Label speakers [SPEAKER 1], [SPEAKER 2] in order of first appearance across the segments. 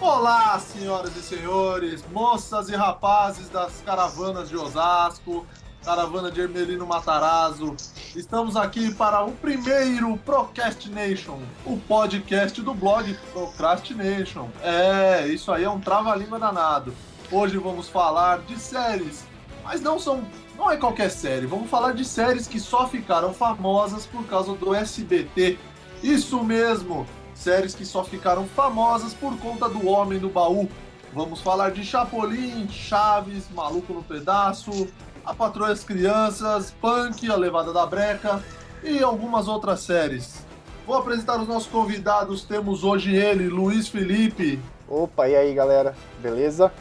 [SPEAKER 1] Olá, senhoras e senhores, moças e rapazes das caravanas de Osasco, caravana de Hermelino Matarazzo. Estamos aqui para o primeiro Procrastination, o podcast do blog Procrastination. É, isso aí é um trava-língua danado. Hoje vamos falar de séries, mas não são. Não é qualquer série, vamos falar de séries que só ficaram famosas por causa do SBT. Isso mesmo, séries que só ficaram famosas por conta do Homem do Baú. Vamos falar de Chapolin, Chaves, Maluco no Pedaço, A Patroa e as Crianças, Punk, A Levada da Breca e algumas outras séries. Vou apresentar os nossos convidados. Temos hoje ele, Luiz Felipe.
[SPEAKER 2] Opa, e aí galera, beleza?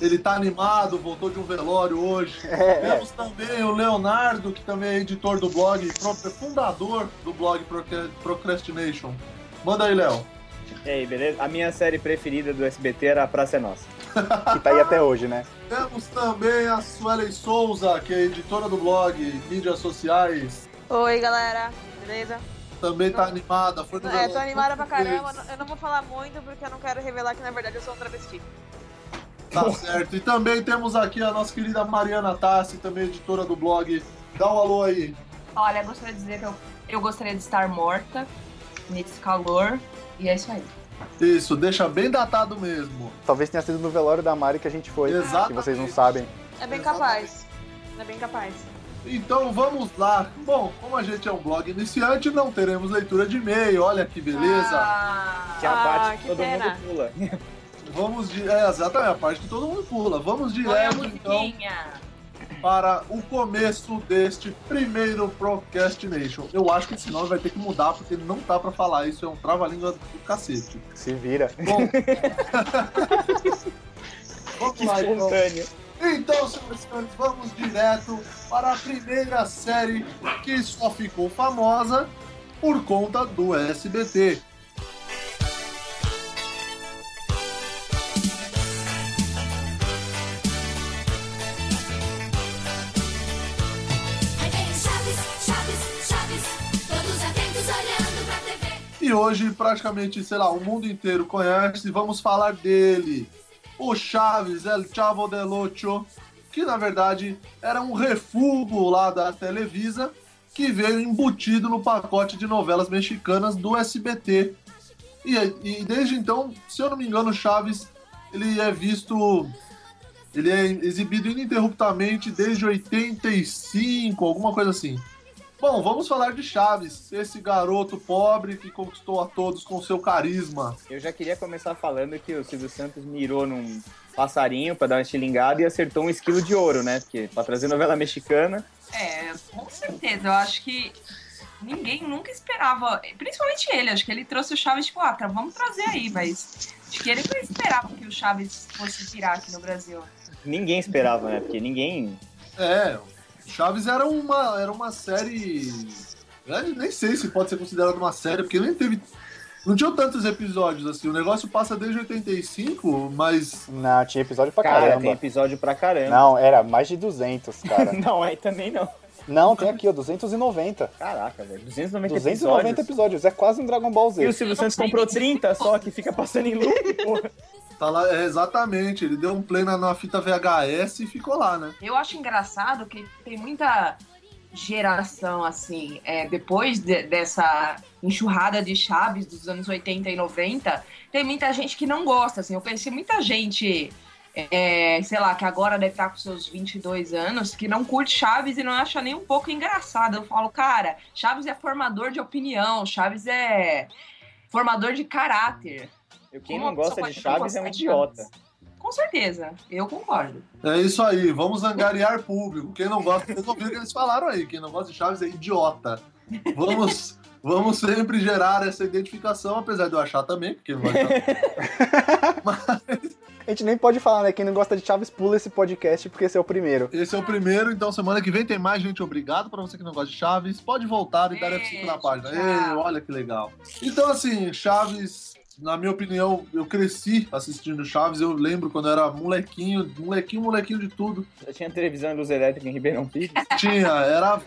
[SPEAKER 1] Ele tá animado, voltou de um velório hoje.
[SPEAKER 2] É,
[SPEAKER 1] Temos também o Leonardo, que também é editor do blog, pro- fundador do blog Proca- Procrastination. Manda aí, Léo.
[SPEAKER 3] E aí, beleza? A minha série preferida do SBT era A Praça é Nossa.
[SPEAKER 2] que tá aí até hoje, né?
[SPEAKER 1] Temos também a Suelen Souza, que é editora do blog Mídias Sociais.
[SPEAKER 4] Oi, galera, beleza?
[SPEAKER 1] Também tá animada. Foi no
[SPEAKER 4] É,
[SPEAKER 1] velório.
[SPEAKER 4] tô animada pra caramba. Eu não vou falar muito porque eu não quero revelar que na verdade eu sou um travesti.
[SPEAKER 1] Tá certo. E também temos aqui a nossa querida Mariana Tassi, também editora do blog. Dá um alô aí.
[SPEAKER 5] Olha, eu gostaria de dizer que eu, eu gostaria de estar morta nesse calor. E é isso aí.
[SPEAKER 1] Isso, deixa bem datado mesmo.
[SPEAKER 2] Talvez tenha sido no velório da Mari que a gente foi,
[SPEAKER 1] Exatamente.
[SPEAKER 2] que vocês não sabem.
[SPEAKER 4] É bem capaz. É bem capaz.
[SPEAKER 1] Então vamos lá. Bom, como a gente é um blog iniciante, não teremos leitura de e-mail. Olha que beleza.
[SPEAKER 5] Ah,
[SPEAKER 3] Que
[SPEAKER 4] Ah,
[SPEAKER 3] abate
[SPEAKER 4] que
[SPEAKER 3] todo
[SPEAKER 4] pena.
[SPEAKER 3] mundo pula.
[SPEAKER 1] Vamos de... É, exatamente, a parte que todo mundo pula. Vamos
[SPEAKER 5] Põe a
[SPEAKER 1] direto, então,
[SPEAKER 5] musiquinha.
[SPEAKER 1] para o começo deste primeiro Procrastination. Eu acho que esse nome vai ter que mudar, porque não dá pra falar isso, é um trava-língua do cacete.
[SPEAKER 2] Se vira.
[SPEAKER 1] Bom... vamos
[SPEAKER 3] Que
[SPEAKER 1] lá, então.
[SPEAKER 3] espontâneo.
[SPEAKER 1] Então, senhoras e senhores, vamos direto para a primeira série que só ficou famosa por conta do SBT.
[SPEAKER 6] Aí vem o Chaves, Chaves, Chaves, todos atentos olhando pra TV.
[SPEAKER 1] E hoje, praticamente, sei lá, o mundo inteiro conhece. Vamos falar dele. O Chaves, El Chavo del Ocho, que na verdade era um refúgio lá da Televisa, que veio embutido no pacote de novelas mexicanas do SBT. E, e desde então, se eu não me engano, o Chaves ele é visto. Ele é exibido ininterruptamente desde 85, alguma coisa assim. Bom, vamos falar de Chaves, esse garoto pobre que conquistou a todos com seu carisma.
[SPEAKER 3] Eu já queria começar falando que o Silvio Santos mirou num passarinho pra dar uma estilingada e acertou um esquilo de ouro, né? Porque pra trazer novela mexicana,
[SPEAKER 5] É, com certeza. Eu acho que ninguém nunca esperava, principalmente ele. Acho que ele trouxe o Chaves, tipo, ah, tá, vamos trazer aí, mas acho que ele não esperava que o Chaves fosse virar aqui no Brasil. né?
[SPEAKER 3] ninguém esperava, né? Porque ninguém.
[SPEAKER 1] É, Chaves era uma, era uma série. eu nem sei se pode ser considerada uma série, porque nem teve. Não tinha tantos episódios assim. O negócio passa desde 85, mas.
[SPEAKER 2] Não, tinha episódio pra
[SPEAKER 3] Cara, tem
[SPEAKER 2] caramba.
[SPEAKER 3] episódio pra caramba.
[SPEAKER 2] Não, era mais de 200, cara.
[SPEAKER 3] Não, aí também não.
[SPEAKER 2] não, tem aqui, ó, 290.
[SPEAKER 3] Caraca, velho. 290,
[SPEAKER 2] 290
[SPEAKER 3] episódios.
[SPEAKER 2] episódios, é quase um Dragon Ball
[SPEAKER 3] E
[SPEAKER 2] Z.
[SPEAKER 3] o Silvio Santos comprou 30 só, que fica passando em loop, porra.
[SPEAKER 1] Tá lá, é, exatamente, ele deu um play na, na fita VHS e ficou lá, né?
[SPEAKER 5] Eu acho engraçado que tem muita geração, assim, é, depois de- dessa enxurrada de Chaves dos anos 80 e 90, tem muita gente que não gosta, assim. Eu conheci muita gente, é, sei lá, que agora deve estar com seus 22 anos, que não curte Chaves e não acha nem um pouco engraçado. Eu falo, cara, Chaves é formador de opinião, Chaves é formador de caráter. Como
[SPEAKER 3] Quem não
[SPEAKER 5] uma pessoa
[SPEAKER 3] gosta de
[SPEAKER 5] pode não
[SPEAKER 3] Chaves é um
[SPEAKER 5] gostar de
[SPEAKER 3] idiota.
[SPEAKER 5] Com certeza, eu concordo.
[SPEAKER 1] É isso aí, vamos angariar público. Quem não gosta, vocês ouviram o que eles falaram aí. Quem não gosta de Chaves é idiota. Vamos, vamos sempre gerar essa identificação, apesar de eu achar também, porque não vai achar.
[SPEAKER 2] A gente nem pode falar, né? Quem não gosta de Chaves, pula esse podcast porque esse é o primeiro.
[SPEAKER 1] Esse é o primeiro, então semana que vem tem mais gente. Obrigado pra você que não gosta de Chaves. Pode voltar e dar F5 na página.
[SPEAKER 5] Beijo, tchau.
[SPEAKER 1] Ei, olha que legal. Então, assim, Chaves na minha opinião, eu cresci assistindo Chaves. Eu lembro quando eu era molequinho, molequinho, molequinho de tudo.
[SPEAKER 3] Já tinha televisão e luz elétrica em Ribeirão Pires?
[SPEAKER 1] Tinha, era.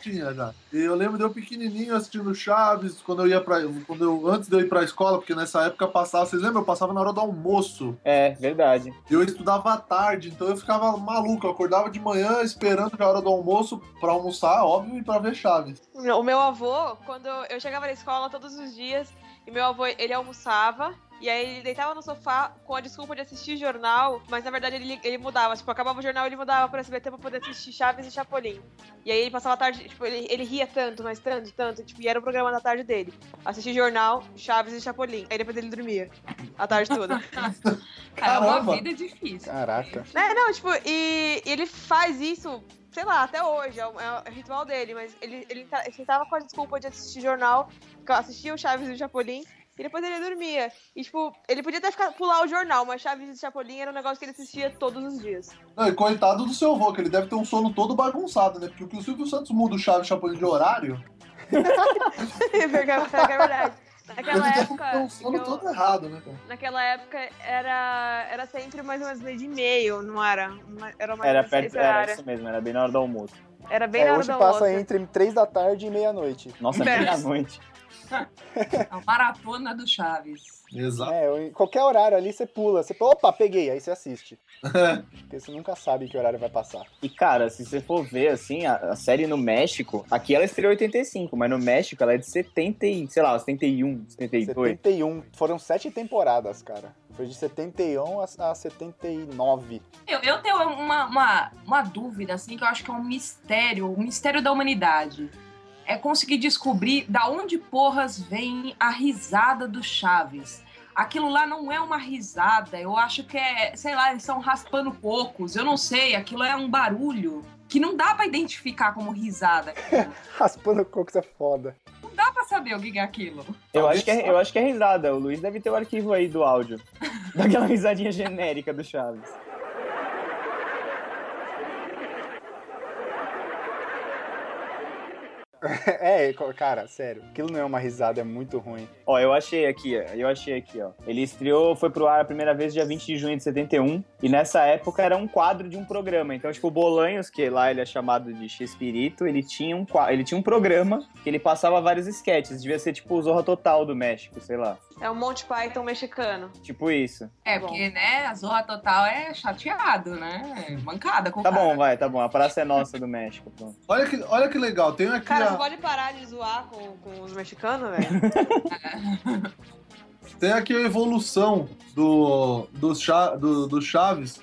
[SPEAKER 1] tinha já. E eu lembro de eu pequenininho assistindo Chaves, quando eu ia pra. Quando eu, antes de eu ir pra escola, porque nessa época passava. Vocês lembram? Eu passava na hora do almoço.
[SPEAKER 3] É, verdade.
[SPEAKER 1] Eu estudava à tarde, então eu ficava maluco. Eu acordava de manhã esperando a hora do almoço pra almoçar, óbvio, e pra ver Chaves.
[SPEAKER 4] O meu avô, quando eu chegava na escola todos os dias, e meu avô, ele almoçava, e aí ele deitava no sofá com a desculpa de assistir jornal, mas na verdade ele, ele mudava. Tipo, acabava o jornal, ele mudava pra SBT pra poder assistir Chaves e Chapolin. E aí ele passava a tarde, tipo, ele, ele ria tanto, mas tanto, tanto, tipo, e era o programa da tarde dele. Assistir jornal, Chaves e Chapolin. Aí depois ele dormia a tarde toda.
[SPEAKER 5] Cara, é
[SPEAKER 1] Caramba.
[SPEAKER 5] uma vida difícil.
[SPEAKER 2] Caraca.
[SPEAKER 4] É, não, tipo, e e ele faz isso, sei lá, até hoje, é o, é o ritual dele, mas ele, ele, tá- ele tava com a desculpa de assistir jornal, fica- assistia o Chaves e o Chapolin, e depois ele dormia. E, tipo, ele podia até ficar, pular o jornal, mas Chaves e o Chapolin era um negócio que ele assistia todos os dias.
[SPEAKER 1] Não, e coitado do seu avô, que ele deve ter um sono todo bagunçado, né? Porque o Silvio Santos muda o Chaves e Chapolin de horário,
[SPEAKER 4] Porque é verdade. Naquela
[SPEAKER 1] ele deve ter
[SPEAKER 4] época.
[SPEAKER 1] um sono
[SPEAKER 4] eu-
[SPEAKER 1] todo errado, né? cara?
[SPEAKER 4] Naquela época era, era sempre mais ou menos meio de meio, não era? Uma- Era uma
[SPEAKER 3] Era
[SPEAKER 4] esse- esse
[SPEAKER 3] perto, era
[SPEAKER 4] horário.
[SPEAKER 3] isso mesmo, era bem na hora do almoço.
[SPEAKER 4] Era bem
[SPEAKER 2] É,
[SPEAKER 4] na hora
[SPEAKER 2] hoje
[SPEAKER 4] do
[SPEAKER 2] passa
[SPEAKER 4] almoço.
[SPEAKER 2] entre 3 da tarde e meia-noite.
[SPEAKER 3] Nossa,
[SPEAKER 5] Pera.
[SPEAKER 3] meia-noite.
[SPEAKER 5] A é maratona do Chaves.
[SPEAKER 1] Exato.
[SPEAKER 2] É, em qualquer horário ali você pula. Você fala, opa, peguei, aí você assiste. Porque você nunca sabe que horário vai passar.
[SPEAKER 3] E, cara, se você for ver, assim, a, a série no México, aqui ela é estreou em 85, mas no México ela é de 70 e, um, sei lá, 71, 72.
[SPEAKER 2] 71. Foram sete temporadas, cara. Foi de 71 a a 79.
[SPEAKER 5] Eu, eu tenho uma, uma, uma dúvida, assim, que eu acho que é um mistério, um mistério da humanidade. É conseguir descobrir da onde porras vem a risada do Chaves. Aquilo lá não é uma risada, eu acho que é, sei lá, eles estão raspando cocos, eu não sei, aquilo é um barulho que não dá pra identificar como risada.
[SPEAKER 2] Raspando o coco é foda.
[SPEAKER 5] Não dá pra saber o que que é aquilo.
[SPEAKER 3] Eu acho, que é, eu acho que é risada. O Luiz deve ter o arquivo aí do áudio. Daquela risadinha genérica do Chaves.
[SPEAKER 2] É, co- cara, sério. Aquilo não é uma risada, é muito ruim.
[SPEAKER 3] Ó, eu achei aqui, ó, eu achei aqui, ó. Ele estreou, foi pro ar a primeira vez dia 20 de junho de 71, e nessa época era um quadro de um programa. Então, tipo, o Bolanhos, que lá ele é chamado de X-Pirito, ele tinha um qua- ele tinha um programa que ele passava vários esquetes, devia ser tipo o Zorra Total do México, sei lá.
[SPEAKER 4] É um Monty Python mexicano.
[SPEAKER 3] Tipo isso.
[SPEAKER 5] É,
[SPEAKER 4] Bom.
[SPEAKER 5] porque, né, a Zorra Total é chateado, né? É Mancada com o
[SPEAKER 3] Tá
[SPEAKER 5] cara.
[SPEAKER 3] bom, vai, tá bom. A praça é nossa do México, pronto.
[SPEAKER 1] Olha que, olha que legal, tem aqui
[SPEAKER 4] Cara,
[SPEAKER 1] a-
[SPEAKER 4] você pode parar de zoar com, com os mexicanos, velho?
[SPEAKER 1] Tem aqui a evolução do, do, Cha- do- do Chaves.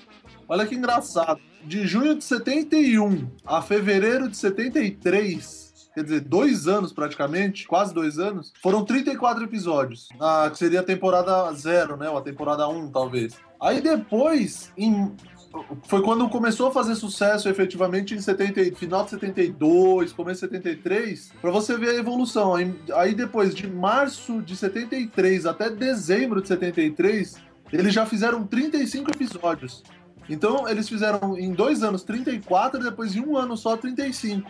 [SPEAKER 1] Olha que engraçado. De junho de 71 a fevereiro de 73, quer dizer, dois anos praticamente, quase dois anos, foram 34 episódios. Ah, que seria a temporada zero, né? Ou a temporada 1, talvez. Aí depois, em- foi quando começou a fazer sucesso efetivamente em 70, e- final de 72, começo de 73, pra você ver a evolução. Aí, aí depois de março de 73 até dezembro de 73, eles já fizeram 35 episódios. Então eles fizeram em dois anos 34 e depois em um ano só 35.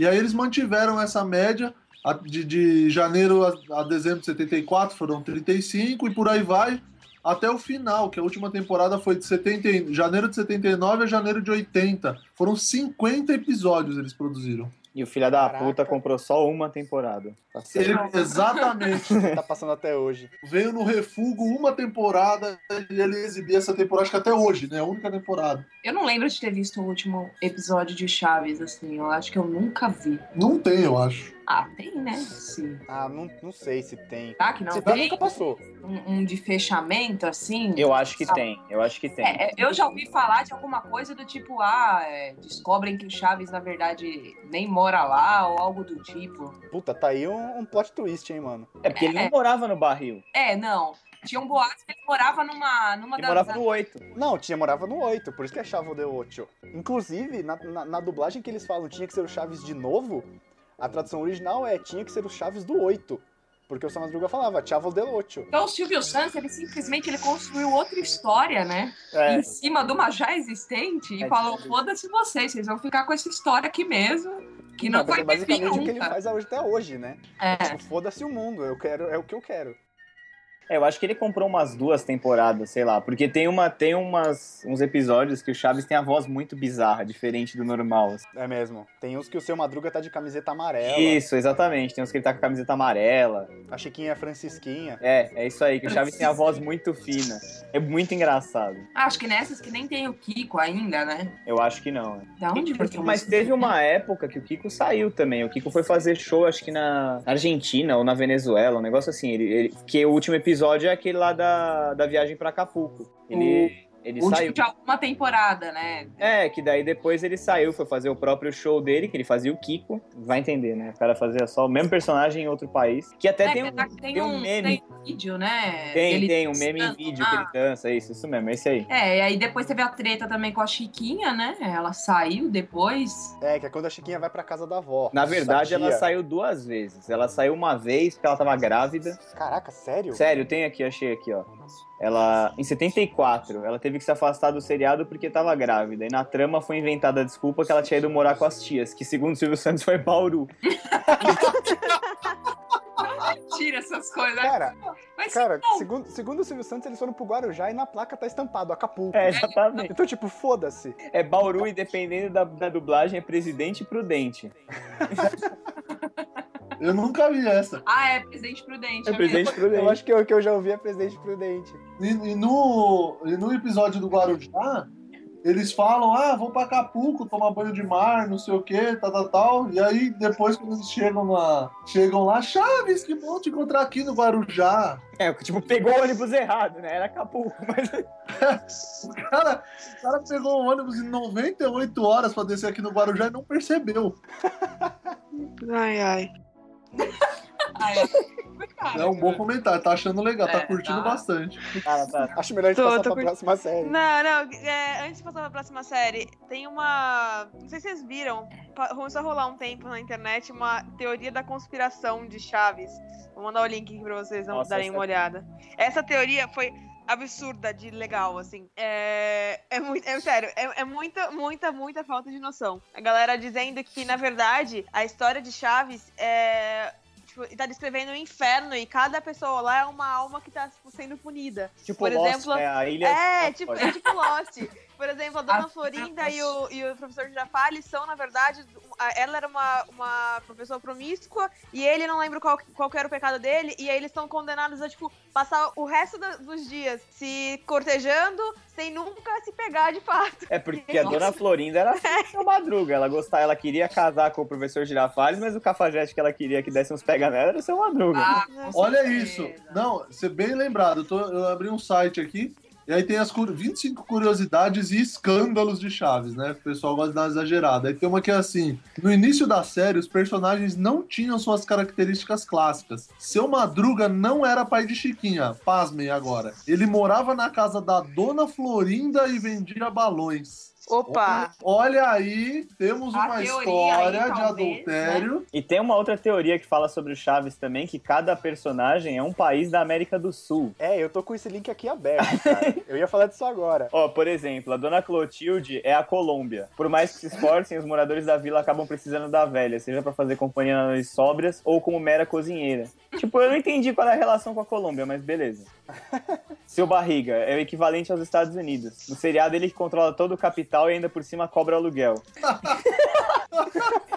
[SPEAKER 1] E aí eles mantiveram essa média a- de, de janeiro a, a dezembro de 74 foram 35 e por aí vai até o final, que a última temporada foi de 70, e- janeiro de 79 a janeiro de 80. Foram 50 episódios eles produziram.
[SPEAKER 3] E o filho da
[SPEAKER 2] Caraca.
[SPEAKER 3] puta comprou só uma temporada. Tá certo.
[SPEAKER 1] Ele- exatamente.
[SPEAKER 2] Tá passando até hoje.
[SPEAKER 1] Veio no refugo uma temporada e ele exibia essa temporada, acho que até hoje, né? A única temporada.
[SPEAKER 5] Eu não lembro de ter visto o último episódio de Chaves, assim. Eu acho que eu nunca vi.
[SPEAKER 1] Não tem, eu acho.
[SPEAKER 5] Ah, tem, né? Sim.
[SPEAKER 2] Ah, não, não sei se tem.
[SPEAKER 5] Tá que não
[SPEAKER 2] Se tem,
[SPEAKER 5] tem?
[SPEAKER 2] nunca passou.
[SPEAKER 5] Um, um de fechamento, assim?
[SPEAKER 3] Eu acho que tem, eu acho que tem.
[SPEAKER 5] É, é, eu já ouvi falar de alguma coisa do tipo, ah, é, descobrem que o Chaves, na verdade, nem mora lá, ou algo do tipo.
[SPEAKER 2] Puta, tá aí um, um plot twist, hein, mano.
[SPEAKER 3] É porque ele não morava no barril,
[SPEAKER 5] É, não. Tinha um boato que ele morava numa, numa
[SPEAKER 3] ele morava
[SPEAKER 5] das...
[SPEAKER 3] no oito.
[SPEAKER 2] Não, tinha morava no 8, por isso que é Chavo de 8. Inclusive, na, na, na dublagem que eles falam tinha que ser o Chaves de novo, a tradução original é tinha que ser o Chaves do 8. Porque o São Madruga falava Chavo de 8.
[SPEAKER 5] Então o Silvio Santos, ele simplesmente ele construiu outra história, né?
[SPEAKER 3] É.
[SPEAKER 5] em cima de uma já existente e
[SPEAKER 3] É
[SPEAKER 5] falou:
[SPEAKER 3] difícil.
[SPEAKER 5] foda-se vocês, vocês vão ficar com essa história aqui mesmo, que não,
[SPEAKER 2] mas é
[SPEAKER 5] vai ter fim
[SPEAKER 2] basicamente o que ele
[SPEAKER 5] nunca.
[SPEAKER 2] faz hoje- até hoje, né?
[SPEAKER 5] É.
[SPEAKER 2] Tipo, Foda-se o mundo, eu quero, é o que eu quero.
[SPEAKER 3] É, eu acho que ele comprou umas duas temporadas, sei lá. Porque tem, uma, tem umas, uns episódios que o Chaves tem a voz muito bizarra, diferente do normal. assim.
[SPEAKER 2] É mesmo. Tem uns que o seu Madruga tá de camiseta amarela.
[SPEAKER 3] Isso, exatamente. Tem uns que ele tá com a camiseta amarela.
[SPEAKER 2] A Chiquinha é Francisquinha.
[SPEAKER 3] É, é isso aí, que o Chaves tem a voz muito fina. É muito engraçado.
[SPEAKER 5] Acho que nessas que nem tem o Kiko ainda, né?
[SPEAKER 3] Eu acho que não. é.
[SPEAKER 5] Da onde vai ter um-
[SPEAKER 3] Mas teve uma época que o Kiko saiu também. O Kiko foi fazer show, acho que na Argentina ou na Venezuela, um negócio assim. Ele, ele- que o último episódio é aquele lá da, da viagem pra Acapulco. Ele, ele
[SPEAKER 5] último
[SPEAKER 3] um saiu.
[SPEAKER 5] de alguma temporada, né?
[SPEAKER 3] É, que daí depois ele saiu, foi fazer o próprio show dele, que ele fazia o Kiko. Vai entender, né? O cara fazia só o mesmo personagem em outro país. Que até
[SPEAKER 5] É,
[SPEAKER 3] tem um.
[SPEAKER 5] apesar que tem,
[SPEAKER 3] tem um
[SPEAKER 5] um,
[SPEAKER 3] meme.
[SPEAKER 5] tem um vídeo, né?
[SPEAKER 3] Tem,
[SPEAKER 5] Ele
[SPEAKER 3] tem um meme em
[SPEAKER 5] dançando
[SPEAKER 3] vídeo
[SPEAKER 5] lá.
[SPEAKER 3] que ele dança, isso, isso mesmo, é isso aí.
[SPEAKER 5] É, e aí depois teve a treta também com a Chiquinha, né? Ela saiu depois.
[SPEAKER 2] É, que é quando a Chiquinha vai pra casa da avó.
[SPEAKER 3] Na verdade,
[SPEAKER 2] Sua tia.
[SPEAKER 3] ela saiu duas vezes. Ela saiu uma vez porque ela tava grávida.
[SPEAKER 2] Caraca, sério?
[SPEAKER 3] Sério, tem aqui, achei aqui, ó. Ela, em 74, ela teve que se afastar do seriado porque tava grávida. E na trama foi inventada a desculpa que ela tinha ido morar com as tias, que segundo Silvio Santos foi Bauru.
[SPEAKER 5] Tira essas coisas. né?
[SPEAKER 2] Cara,
[SPEAKER 5] Mas
[SPEAKER 2] cara,
[SPEAKER 5] não.
[SPEAKER 2] segundo, segundo o Silvio Santos, eles foram pro Guarujá e na placa tá estampado Acapulco.
[SPEAKER 3] É, exatamente.
[SPEAKER 2] Então, tipo, foda-se.
[SPEAKER 3] É Bauru e dependendo da, da dublagem é Presidente Prudente.
[SPEAKER 1] Eu nunca vi essa.
[SPEAKER 5] Ah, é Presidente Prudente.
[SPEAKER 3] É
[SPEAKER 5] mesmo.
[SPEAKER 3] Presidente
[SPEAKER 2] Eu
[SPEAKER 3] Prudente.
[SPEAKER 2] acho que o que eu já ouvi é Presidente Prudente.
[SPEAKER 1] E, e no, e no episódio do Guarujá, eles falam, ah, vou pra Acapulco tomar banho de mar, não sei o que, tal, tal, tal. E aí, depois, quando eles chegam lá, chegam lá, Chaves, que bom te encontrar aqui no Guarujá.
[SPEAKER 3] É, tipo, pegou o ônibus errado, né? Era Acapulco, mas
[SPEAKER 1] O cara, o cara pegou o ônibus em 98 horas pra descer aqui no Guarujá e não percebeu.
[SPEAKER 4] Ai, ai.
[SPEAKER 5] Ah, é. Cara,
[SPEAKER 1] É um bom comentário, tá achando legal, tá
[SPEAKER 5] É,
[SPEAKER 1] curtindo
[SPEAKER 5] tá.
[SPEAKER 1] bastante.
[SPEAKER 3] cara, tá,
[SPEAKER 2] Acho melhor a gente
[SPEAKER 4] Tô-
[SPEAKER 2] passar
[SPEAKER 4] tô
[SPEAKER 2] pra
[SPEAKER 4] curti-
[SPEAKER 2] próxima série.
[SPEAKER 4] Não, não, é, antes de passar pra próxima série, tem uma. Não sei se vocês viram, pa- começou a rolar um tempo na internet uma teoria da conspiração de Chaves. Vou mandar o link aqui pra vocês não
[SPEAKER 3] Nossa,
[SPEAKER 4] darem
[SPEAKER 3] essa-
[SPEAKER 4] uma olhada. Essa teoria foi absurda de legal, assim. É, é muito. É, sério, é, é muita, muita, muita falta de noção. A galera dizendo que, na verdade, a história de Chaves é. Tipo, tá descrevendo o inferno e cada pessoa lá é uma alma que tá tipo, sendo punida.
[SPEAKER 3] tipo,
[SPEAKER 4] Por
[SPEAKER 3] Lost,
[SPEAKER 4] exemplo,
[SPEAKER 3] né? A ilha.
[SPEAKER 4] É, tipo,
[SPEAKER 3] Olha,
[SPEAKER 4] é tipo Lost. Por exemplo, a Dona
[SPEAKER 5] Ah,
[SPEAKER 4] Florinda e o, e o professor Girafales são, na verdade, um- a- ela era uma, uma pessoa promíscua e ele não lembra qual, qual que era o pecado dele, e aí eles estão condenados a, tipo, passar o resto da- dos dias se cortejando sem nunca se pegar de fato.
[SPEAKER 3] É porque a dona Florinda era filha do seu madruga. Ela gostava, ela queria casar com o professor Girafales, mas o cafajeste que ela queria que desse uns pega nela era o seu madruga.
[SPEAKER 5] Ah,
[SPEAKER 4] Né?
[SPEAKER 5] com
[SPEAKER 1] Olha
[SPEAKER 5] certeza.
[SPEAKER 1] isso. Não, você bem lembrado. Eu, tô- eu abri um site aqui e aí tem as cur- 25 curiosidades e escândalos de Chaves, né? O pessoal gosta de dar uma exagerada. Aí tem uma que é assim: no início da série, os personagens não tinham suas características clássicas. Seu Madruga não era pai de Chiquinha, pasmem agora. Ele morava na casa da dona Florinda e vendia balões.
[SPEAKER 4] Opa!
[SPEAKER 1] Olha aí, temos
[SPEAKER 5] A
[SPEAKER 1] uma
[SPEAKER 5] teoria aí,
[SPEAKER 1] história de
[SPEAKER 5] talvez, né?
[SPEAKER 1] adultério.
[SPEAKER 3] E tem uma outra teoria que fala sobre o Chaves também, que cada personagem é um país da América do Sul.
[SPEAKER 2] É, eu tô com esse link aqui aberto, cara. eu ia falar disso agora.
[SPEAKER 3] Ó, por exemplo, a dona Clotilde é a Colômbia. Por mais que se esforcem, os moradores da vila acabam precisando da velha, seja pra fazer companhia nas noites sóbrias ou como mera cozinheira. Tipo, eu não entendi qual é a relação com a Colômbia, mas beleza. Seu Barriga é o equivalente aos Estados Unidos. No seriado, ele que controla todo o capital e ainda por cima cobra aluguel.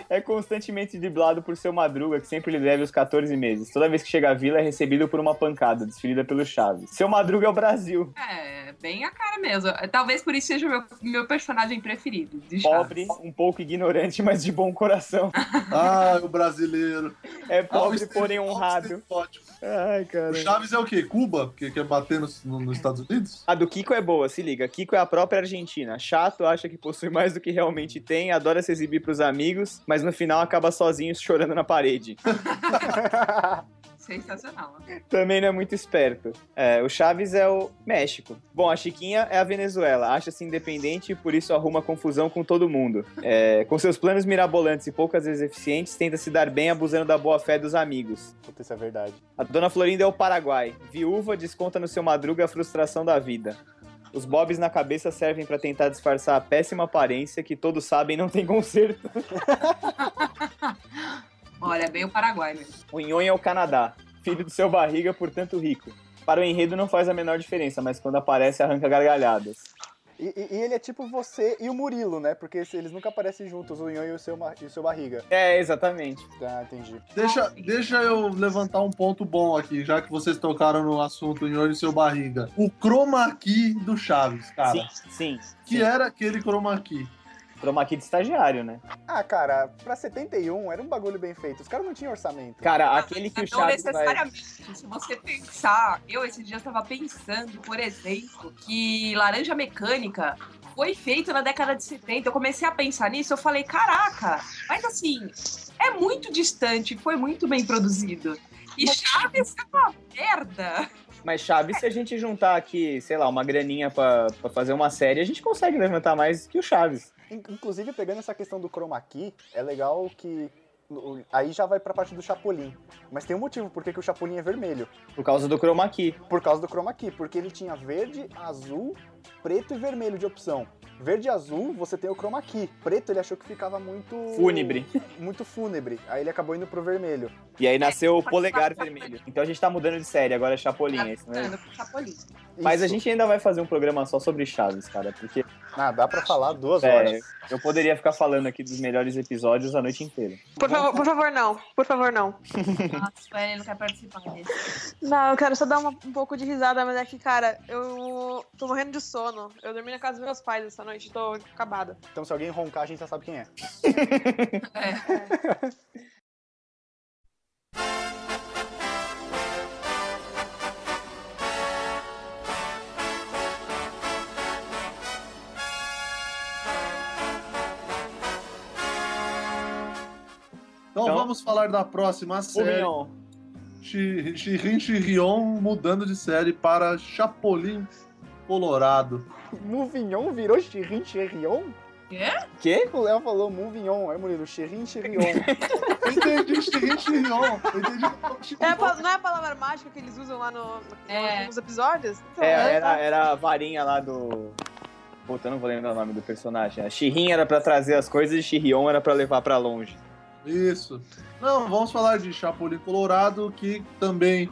[SPEAKER 3] é constantemente driblado por seu Madruga, que sempre lhe deve os 14 meses. Toda vez que chega à vila, é recebido por uma pancada, desferida pelo Chaves. Seu Madruga é o Brasil.
[SPEAKER 5] É, bem a cara mesmo. Talvez por isso seja o meu, meu personagem preferido. de
[SPEAKER 3] pobre,
[SPEAKER 5] Chaves.
[SPEAKER 3] um pouco ignorante, mas de bom coração.
[SPEAKER 1] Ah, o brasileiro.
[SPEAKER 3] É
[SPEAKER 1] Olha o
[SPEAKER 3] pobre,
[SPEAKER 1] estere-
[SPEAKER 3] porém
[SPEAKER 1] olha o
[SPEAKER 3] honrado.
[SPEAKER 1] estereótipo.
[SPEAKER 3] Ai, cara.
[SPEAKER 1] O Chaves é o quê? Cuba? Porque quer bater nos, no- nos Estados Unidos?
[SPEAKER 3] A do Kiko é boa, se liga. Kiko é a própria Argentina. Chato, acha que possui mais do que realmente tem, adora se exibir pros amigos, mas no final acaba sozinho chorando na parede.
[SPEAKER 5] Sensacional.
[SPEAKER 3] Também não é muito esperto. É, o Chaves é o México. Bom, a Chiquinha é a Venezuela. Acha-se independente e por isso arruma confusão com todo mundo. É, com seus planos mirabolantes e poucas vezes eficientes, tenta se dar bem abusando da boa-fé dos amigos.
[SPEAKER 2] Puta, isso é verdade.
[SPEAKER 3] A dona Florinda é o Paraguai. Viúva desconta no seu madruga a frustração da vida. Os bobs na cabeça servem pra tentar disfarçar a péssima aparência que todos sabem não tem conserto.
[SPEAKER 5] Olha, bem o Paraguai mesmo.
[SPEAKER 3] é O Nhonho é o Canadá. Filho do seu barriga, portanto rico. Para o enredo não faz a menor diferença, mas quando aparece arranca gargalhadas.
[SPEAKER 2] E, e- e ele é tipo você e o Murilo, né? Porque se- eles nunca aparecem juntos, o Nhonho e o seu, ma- e o seu barriga.
[SPEAKER 3] É, exatamente.
[SPEAKER 2] Tá, entendi.
[SPEAKER 1] Deixa, deixa eu levantar um ponto bom aqui, já que vocês tocaram no assunto em olho e seu barriga. O chroma key do Chaves, cara.
[SPEAKER 3] Sim, sim.
[SPEAKER 1] Que é?
[SPEAKER 3] sim.
[SPEAKER 1] era aquele chroma key.
[SPEAKER 3] Chroma key de estagiário, né?
[SPEAKER 2] Ah, cara, pra 71 era um bagulho bem feito. Os caras não tinham orçamento.
[SPEAKER 3] Cara, aquele que o
[SPEAKER 5] Não
[SPEAKER 3] Chaves vai...
[SPEAKER 5] necessariamente. Se você pensar, eu esses dias estava pensando, por exemplo, que Laranja Mecânica foi feito na década de 70. Eu comecei a pensar nisso, eu falei, caraca, mas assim, é muito distante, foi muito bem produzido. E Chaves é uma merda.
[SPEAKER 3] Mas Chaves, se a gente juntar aqui, sei lá, uma graninha pra, pra fazer uma série, a gente consegue levantar mais que o Chaves.
[SPEAKER 2] In- Inclusive, pegando essa questão do chroma key, é legal que. no- Aí já vai pra parte do Chapolin. Mas tem um motivo por que que o Chapolin é vermelho.
[SPEAKER 3] Por causa do chroma key.
[SPEAKER 2] Por causa do chroma key. Porque ele tinha verde, azul, preto e vermelho de opção. Verde e azul, você tem o chroma key. Preto, ele achou que ficava muito.
[SPEAKER 3] Fúnebre.
[SPEAKER 2] Muito fúnebre. Aí ele acabou indo pro vermelho.
[SPEAKER 3] E aí nasceu o polegar vermelho. Então a gente tá mudando de série, agora é Chapolin, é isso mesmo.
[SPEAKER 5] Mano, Chapolin.
[SPEAKER 3] Mas a
[SPEAKER 2] Isso.
[SPEAKER 3] gente ainda vai fazer um programa só sobre Chaves, cara, porque
[SPEAKER 2] Ah, dá pra falar duas
[SPEAKER 3] É.
[SPEAKER 2] horas.
[SPEAKER 3] eu poderia ficar falando aqui dos melhores episódios a noite inteira.
[SPEAKER 4] Por favor, por favor, não. Por favor, não.
[SPEAKER 5] Nossa, o Ellen não quer participar desse.
[SPEAKER 4] Não, eu quero só dar uma- um pouco de risada, mas é que, cara, eu tô morrendo de sono. Eu dormi na casa dos meus pais essa noite, tô acabada.
[SPEAKER 2] Então, se alguém roncar, a gente já sabe quem é.
[SPEAKER 1] Então,
[SPEAKER 3] Então-
[SPEAKER 1] vamos falar da próxima
[SPEAKER 3] O
[SPEAKER 1] série.
[SPEAKER 3] Mignon,
[SPEAKER 1] Chi- Chirin Chirion mudando de série para Chapolin Colorado.
[SPEAKER 2] Mouvignon virou Chirin Chirion?
[SPEAKER 3] quê?
[SPEAKER 2] O Léo falou Mouvignon. Aí, Murilo, Chirin Chirion.
[SPEAKER 1] Eu entendi Chirin Chirion. Eu entendi o nome
[SPEAKER 4] É a
[SPEAKER 1] Chirion.
[SPEAKER 4] pa- não é a palavra mágica que eles usam lá no, no-
[SPEAKER 5] É.
[SPEAKER 4] nos episódios? Então,
[SPEAKER 3] É,
[SPEAKER 4] é,
[SPEAKER 3] era, era a varinha lá do. Puta, eu não vou lembrar o nome do personagem. A Shirin era pra trazer as coisas e Shirion era pra levar pra longe.
[SPEAKER 1] Isso. Não, vamos falar de Chapolin Colorado, que também,